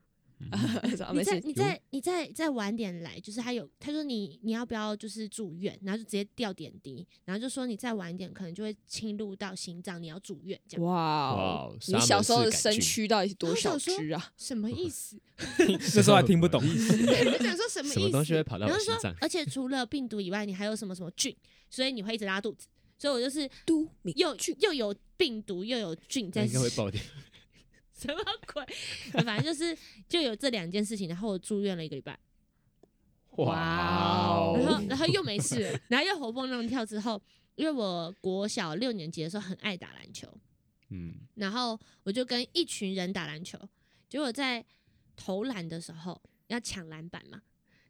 D: 你
B: 没
D: 再
B: 事，
D: 你再你再再晚点来，就是他有他说你你要不要就是住院，然后就直接吊点滴，然后就说你再晚一点可能就会侵入到心脏，你要住院这样。
B: 哇
C: 哇
B: 哦
C: 哦！
B: 你小时候的身
C: 沙门氏杆菌
B: 躯到底是多
D: 我想
B: 小
D: 说
B: 只啊？
D: 什么意思？
E: 那时候还听不 懂。
D: 对，我就想说什么意思？
C: 什么东西会跑到
D: 然
C: 我
D: 后
C: 心
D: 说
C: 脏，？
D: 而且除了病毒以外，你还有什么什么菌，所以你会一直拉肚子。所以我就是
B: 都敏
D: 又又有病毒又有菌在
C: 应该会
D: 身
C: 爆掉。
D: 什么鬼？反正就是就有这两件事情，然后我住院了一个礼拜，
B: 哇哦
D: 然后然后又没事了，然后又活蹦乱跳之后，因为我国小六年级的时候很爱打篮球，
C: 嗯，
D: 然后我就跟一群人打篮球，结果在投篮的时候要抢篮板嘛，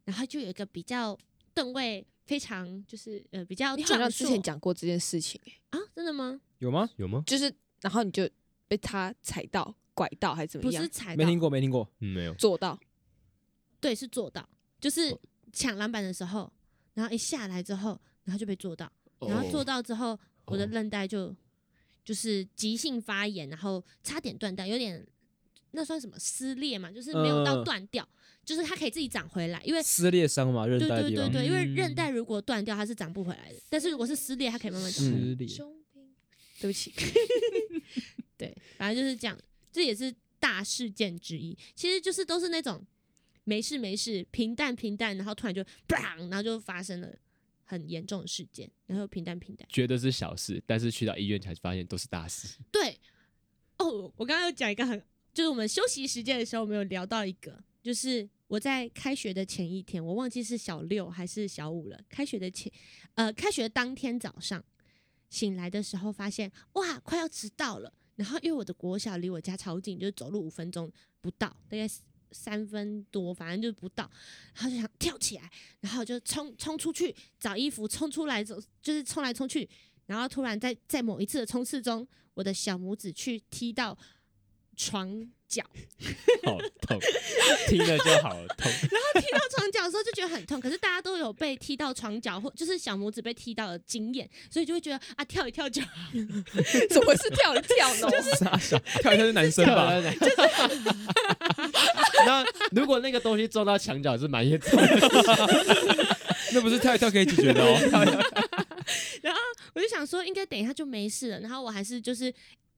D: 然后就有一个比较吨位非常就是呃比较
B: 你好像
D: 壮
B: 之前
D: 硕
B: 讲过这件事情，
D: 啊，真的吗？
E: 有吗？
C: 有吗？
B: 就是然后你就被他踩到、拐到还是怎
D: 不
B: 么样
D: 是？踩
E: 没
D: 到
E: 听，过，没听过。
C: 嗯没有。
B: 做到
D: 对，是做到，就是
C: 哦
D: 抢篮板的时候，然后一下来之后，然后就被做到，
E: 哦
D: 然后做
C: 到
D: 到之后，我的
C: 哦
D: 韧带就就是急性发炎，然后差点断带，有点那算什么撕裂嘛，就是没有到
E: 嗯
D: 断掉，就是它可以自己长回来，因为
E: 撕裂伤嘛，韧
D: 对
E: 带的
D: 对
E: 地
D: 对
E: 方
D: 对，因为
C: 嗯
D: 韧带如果断掉，它是长不回来的，但是如果是撕裂，它可以
C: 哦
D: 慢慢长。
C: 撕裂，
B: 中兵，对不起，
D: 对，反正就是这样，这也是大事件之一。其实就是都是那种没事没事，平淡平淡，然后突然就砰，然后就发生了很严重的事件，然后平淡平淡。
C: 觉得是小事，但是去到医院才发现都是大事。
D: 对，哦，我刚刚有讲一个很，就是我们休息时间的时候，我们有聊到一个，就是我在开学的前一天，我忘记是小六还是小五了。开学的前，呃，开学当天早上醒来的时候，发现哇，快要迟到了。然后因为我的国小离我家超近，就是走路五分钟不到，大概三分多，反正就是不到。然后就想跳起来，然后就冲冲出去找衣服，冲出来走，就是冲来冲去。然后突然在在某一次的冲刺中，我的小拇指去踢到床角，
C: 好痛，听了就好痛。
D: 踢到床角的时候就觉得很痛。可是大家都有被踢到床角或就是小拇指被踢到的经验，所以就会觉得啊，跳一跳就好。
B: 怎么是跳了跳 呢？
E: 傻笑，跳一跳是男生 吧？
C: 那如果那个东西撞到墙角是蛮严重的，
E: 那不是跳一跳可以解决 的哦。
D: 我就想说，应该等一下就没事了。然后我还是就是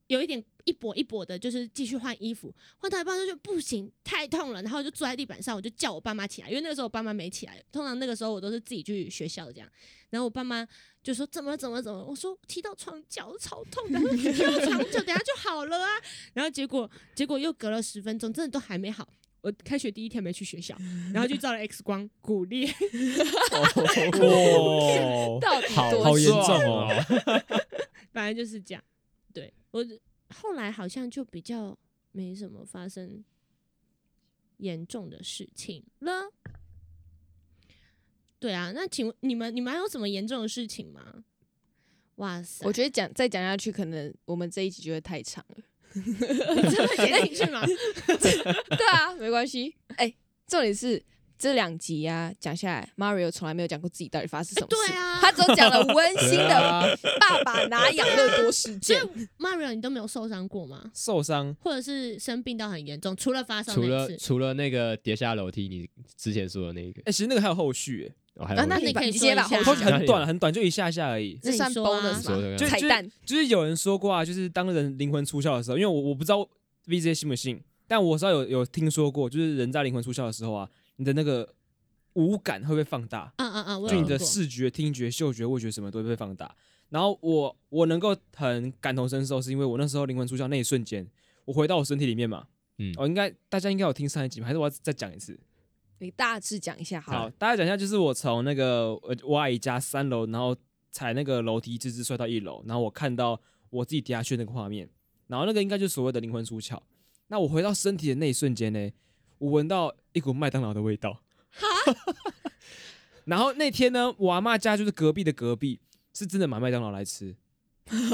D: 有一点一跛一跛的，就是继续换衣服，换到一半就觉得不行，太痛了。然后我就坐在地板上，我就叫我爸妈起来，因为那个时候我爸妈没起来。通常那个时候我都是自己去学校这样。然后我爸妈就说怎么了怎么了怎么了，我说踢到床脚超痛的，踢到床脚等一下就好了啊。 然后结果结果又隔了十分钟，真的都还没好。我开学第一天没去学校，然后去照了 X 光骨裂，
E: 哇，
B: 到底
C: 好
B: 多
E: 好严
B: 严
E: 重哦！
D: 反正就是这样。对我后来好像就比较没什么发生严重的事情了。对啊，那请问你们你们还有什么严重的事情吗？哇塞，
B: 我觉得讲再讲下去，可能我们这一集就会太长了。
D: 得真 的剪进去吗？
B: 对啊，没关系。哎、重点是这两集啊，讲下来，Mario 从来没有讲过自己到底发生什么事，
D: 对啊
B: 他只有讲了温馨
C: 对
B: 的
C: 啊，
B: 爸爸拿养乐多事
D: 所以
B: 件。
D: Mario 你都没有受伤过吗？
E: 受伤
D: 或者是生病到很严重，除了发烧
C: 除
D: 那
C: 了
D: 一次，
C: 除了那个跌下楼梯，你之前说的那个，
E: 哎，其实那个还有后续，
C: 哦，还有
B: 啊，
C: 我
B: 那
D: 你
B: 把
D: 可以
B: 直接把
D: 说一下
B: 后
D: 啊
E: 哎后
B: 续
E: 续
B: 讲
E: 很短很短，就一下下而已。
B: 这算
D: 那你说啊
B: bonus
C: 你说
B: 吧
C: 的，
E: 就
B: 彩蛋。
E: 就是有人说过啊，就是当人灵魂出窍的时候，因为我我不知道 V J 信不信，但我知道有有听说过，就是人在灵魂出窍的时候啊，你的那个五感会被放大，
D: 嗯嗯嗯，我
E: 就
D: 有
E: 你的
D: 听过
E: 视觉、听觉、嗅觉、味觉什么都会被放大。然后我我能够很感同身受，是因为我那时候灵魂出窍那一瞬间，我回到我身体里面嘛。
C: 嗯
E: 哦，应该大家应该有听上一集吧？还是我要再讲一次？
B: 你大致讲一下好
E: 好，
B: 了。
E: 大家讲一下，就是我从那个呃我阿姨家三楼，然后踩那个楼梯，直直摔到一楼，然后我看到我自己跌下去的那个画面，然后那个应该就是所谓的灵魂出窍。那我回到身体的那一瞬间呢，我闻到一股麦当劳的味道。 然后那天呢，我阿嬷家就是隔壁的隔壁，是真的买麦当劳来吃。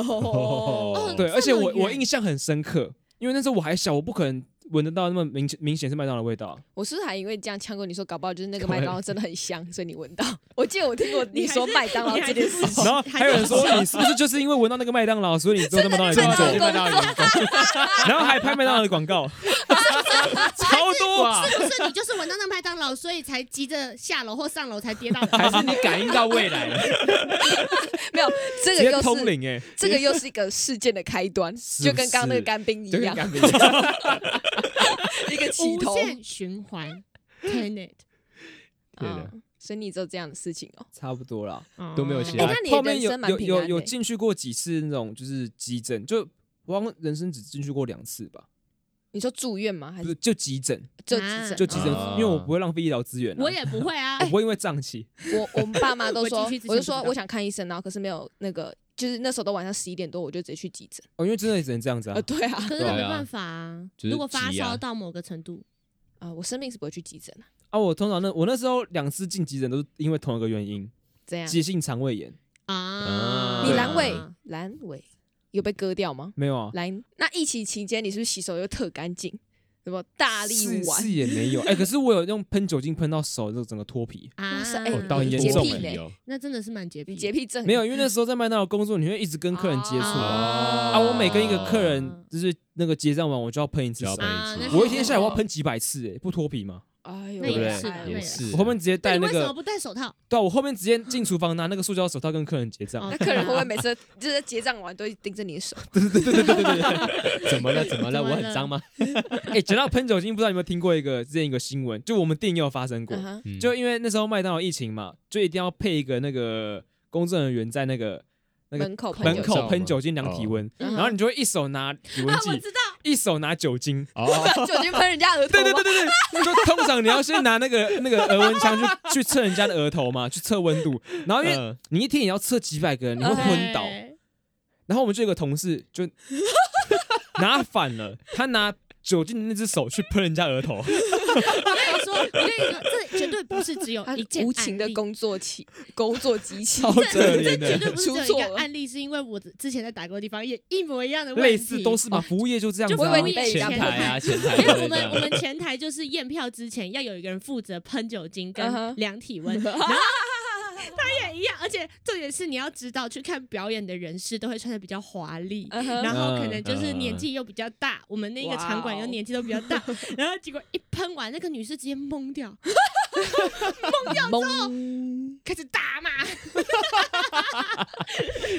C: 哦
E: 对，而且我
D: 这么远
E: 我印象很深刻，因为那时候我还小，我不可能闻得到那么明明显是麦当劳的味道。
B: 我是不是还因为这样呛过你说，搞不好就是那个麦当劳真的很香，所以你闻 到？我记得我听过你说麦当劳这件事情，
E: 然后还有人说你是不是就是因为闻到那个麦当劳，所以你做那么多人
C: 对
E: 工
B: 麦
E: 作
B: 当，劳
C: 麦当劳员工
E: 然后还拍麦当劳的广告， 超多，啊
D: 是不是你就是闻到那麦当劳，所以才急着下楼或上楼才跌倒？
C: 还是你感应到未来 了？
B: 没有这
E: 直
B: 个
E: 接
B: 又
E: 通
B: 是
E: 灵哎，
B: 这个又是一个事件的开端，
E: 是
B: 就跟刚刚那个
E: 是
B: 干冰一
C: 就
E: 啊
B: 样
C: 跟，刚
B: 一个起
D: 无
B: 头。
D: 限 循环，Tenet
C: 对的
B: 啊所以你只有这样的事情哦。
E: 差不多啦。
C: 都没有写
B: 哎、
C: 对
B: 那你
E: 后
B: 的
E: 面
B: 人
E: 有
B: 生蛮
E: 有
B: 平安
E: 有
B: 的
E: 有
B: 欸
E: 进去过几次那种就是急诊，就我好像人生只进去过两次吧，
B: 你说住院吗？还
E: 不
B: 是
E: 是就急诊，
B: 就
D: 啊
B: 急
E: 就
B: 诊？
E: 急诊
C: 啊，
E: 因为我不会浪费医疗资源啊，
D: 我也不会啊
E: 我。不会因为胀气，
B: 我我们爸妈都
D: 我
B: 说，
D: 进去之
B: 我就说
D: 前不知道
B: 我想看医生，然后可是没有那个，就是那时候都晚上十一点多，我就直接去急诊。
E: 哦，因为真的只能这样子啊
B: 啊，。对啊，
D: 可是
C: 对啊
D: 没办法啊，
C: 就是
D: 如果发
C: 急啊
D: 烧到某个程度，
B: 啊，我生病是不会去急诊的、
E: 啊，我通常那我那时候两次进急诊都是因为同一个原因，
B: 这样，
E: 急性肠胃炎。
D: 啊，
B: 你
C: 对
B: 阑尾
D: 啊
B: 阑尾有被割掉吗？
E: 没有啊，
B: 来，那疫情期间你是不是洗手又特干净？对什么大力
E: 是
B: 丸
E: 是，也没有，哎、可是我有用喷酒精喷到手，就整个脱皮。
D: 啊
B: 哇塞，
C: 哦
B: 哎，
C: 到
B: 你
C: 严
B: 洁
C: 重
B: 癖
C: 了
B: 嘞
C: 有，
D: 那真的是蛮洁癖
B: 你
D: 的，
B: 洁癖症
E: 没有，因为那时候在麦当劳工作，你会一直跟客人接触
C: 哦
E: 啊。
C: 啊
E: 我每跟一个客人
D: 哦
E: 就是那个结账完，我就要喷一次
C: 就要
E: 手
C: 喷
D: 啊
C: 一
D: 那
C: 次
D: 是
E: 我一天下来我要喷几百次、哎，不脱皮吗？
B: 哎呦，
D: 那
E: 也
B: 哎
E: 是
B: 哎
D: 那
C: 也
D: 也
C: 是。
E: 我后面直接
D: 那
E: 戴
D: 你
E: 那
D: 为什么
E: 个，
D: 不戴手套？
E: 对啊，我后面直接进厨房拿那个塑胶手套跟客人结账。
D: 哦
B: 那客人会不会每次就是结账完都一直盯着你的手？
C: 怎么了？怎么了？
D: 怎么
C: 我
D: 了
C: 很脏吗？
E: 哎、讲到喷酒精，不知道你有没有听过一个之前一个新闻，就我们店也有发生 过，
B: 嗯哼
C: 嗯
E: 就因为那时候麦当劳疫情嘛，就一定要配一个那个工作人员在那个那个
B: 门口喷
E: 门
B: 酒
C: 口
E: 口
C: 喷
E: 喷
C: 酒
E: 酒
C: 精
E: 精
C: 吗
E: 量体温，
B: 嗯
E: 然后你就会一手拿 体温
D: 啊，哦我
E: 计，
D: 知道，
E: 一手拿酒精。
C: 哦，
B: 酒精喷人家额头
E: 对对
B: 吗
E: 对？对 对，就通常你要先拿那个那个额温枪去去测人家的额头嘛，去测温度。然后因为
C: 嗯
E: 你一天也要测几百个人，你会昏倒。
D: 对
E: 然后我们就有个同事就 拿反了，他拿酒精的那只手去喷人家 额头。
D: 我跟你说，我跟你说，这绝对不是只有
B: 他
D: 一件
B: 无情的
D: 案例
B: 工作器，工作机器，
E: 超
D: 这
E: 可怜
D: 这绝对
E: 的，
D: 不是只有
B: 出
D: 一
B: 错
D: 个
B: 了
D: 案例，是因为我之前在打工的地方也一模一样的问题，
E: 类似都是嘛，服务业就这样
D: 哦就
E: 子、
D: 不
E: 啊
D: 会。你
B: 被人
C: 前
B: 家
D: 前
C: 台啊，前台
D: 因为
C: 都
D: 我
C: 会这
D: 们
C: 样。
D: 我们前台就是验票之前要有一个人负责喷酒精
B: 嗯
D: 跟
B: 哼
D: 量体温，然后 他也一样，而且重点是你要知道，去看表演的人士都会穿的比较华丽。
B: 嗯哼
D: 然后可能
E: 嗯
D: 就是
C: 嗯
D: 年纪又比较大，我们那个场馆又
B: 哇哦
D: 年纪都比较 大，然后结果一喷完，那个女士直接懵掉，
B: 懵
D: 开始大骂。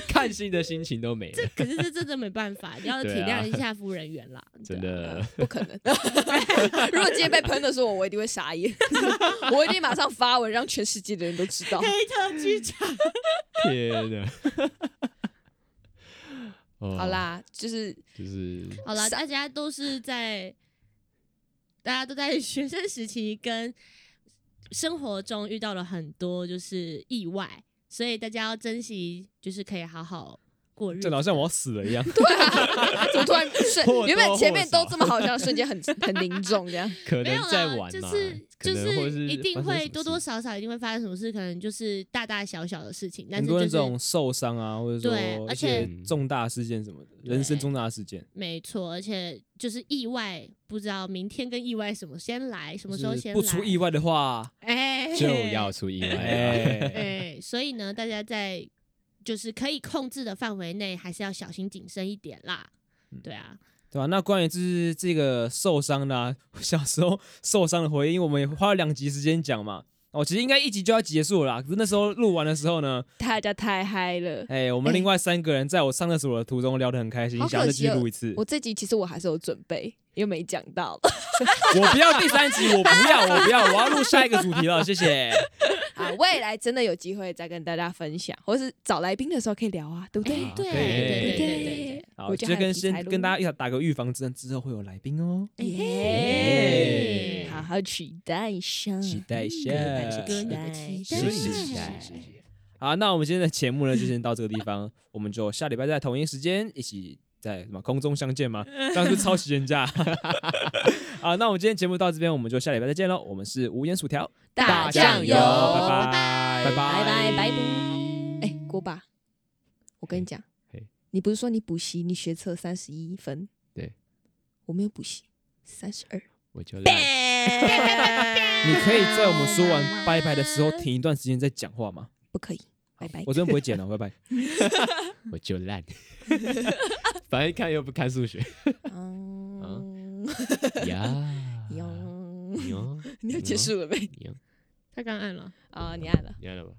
C: 看戏的心情都没了，
D: 可是这真的没办法，你要体
C: 对啊
D: 谅一下服务人员啦。
C: 真
D: 对啊，
C: 的。
B: 不可能。 如果今天被喷的时候，我一定会傻眼， 我一定马上发文让全世界的人都知 道
D: 黑。特剧场。
C: 天哪！ 哦
B: 好，啦，就是
C: 就是
D: 好了，
B: 傻
D: 大家都是在，大家都在学生时期跟生活中遇到了很多就是意外，所以大家要珍惜，就是可以好好过日
E: 就
D: 子。
E: 好像我要死了一样，
B: 对啊，怎么突然瞬
C: 或多
B: 原本前面
C: 或少
B: 都这么好笑，瞬间很很凝重这样。
C: 可
D: 没有
C: 能在玩
D: 啦，
C: 嘛，
D: 就是
C: 可
D: 就
C: 能或是
D: 一定
C: 发生什
D: 会
C: 么
D: 多多
C: 事
D: 少少一定会发生什么事，可能就是大大小小的事情， 但
E: 很
D: 是
E: 多
D: 就
E: 人这
D: 是
E: 种受伤啊，或者
D: 对
E: 说
D: 而
E: 一些
C: 且
E: 重大事件什么的，人生
D: 对
E: 重大事件，
D: 没错，而且就是意外，不知道明天跟意外什么先来，什么时候
E: 就是
D: 先来，
E: 不出意外的话，
D: 哎，
C: 就要出意外 了。
E: 哎，
D: 哎、所以呢，大家在就是可以控制的范围内，还是要小心谨慎一点啦。
B: 嗯
D: 对啊，
E: 对吧？那关于就是这个受伤的、啊，小时候受伤的回忆，因为我们也花了两集时间讲嘛。哦，其实应该一集就要结束了啦。可是那时候录完的时候呢，
B: 大家太嗨了。
E: 哎、我们
B: 哎
E: 另外三个人在我上厕所的途中聊得很开心，
B: 好可
E: 想要再继续
B: 惜哦
E: 录一次。
B: 我这集其实我还是有准备，又没讲 到。
E: 我不要第三集，我不要，我不要，我要录下一个主题了，谢谢。
B: 啊，未来真的有机会再跟大家分享，或是找来宾的时候可以聊啊，对不对？
D: 哎对
C: 对
D: 对对对
B: 对
D: 对
E: 好，
B: 我觉得
E: 就
B: 还有
E: 跟
B: 题
E: 先
B: 材
E: 跟
B: 录
E: 大家一起打个预防针，之后会有来宾哦，
D: 对，
B: 耶
E: 耶
B: 好好期待上，
E: 期待一下。
D: 哥你的期
B: 嗯期
D: 待
B: 待
C: 是是是是是
E: 好，那我们今天的节目呢，就先到这个地方，我们就下礼拜在同一时间一起在什么空中相见吗？当时抄袭人家。 好，那我们今天节目到这边，我们就下礼拜再见喽。我们是无盐薯条，
B: 大
C: 酱
B: 酱
C: 油
B: 油，
E: 拜
D: 拜
E: 拜拜
B: 拜拜拜拜。哎，锅巴，我跟你讲
C: 嘿，
B: 你不是说你补习你学测三十一分？
C: 对，
B: 我没有补习，三十二。
C: 我就烂
E: 你可以在我们说完拜拜的时候停一段时间再讲话吗？
B: 不可以，拜拜。
E: 我真的不会剪了，拜拜。
C: 我就 烂，反正看又不看数学
E: 啊
B: 嗯，
C: 呀
B: 哟
C: 哟，
E: 哦
B: 你要结束了没？
D: 他刚按了。
B: 啊，你按了。
C: 你看了吧？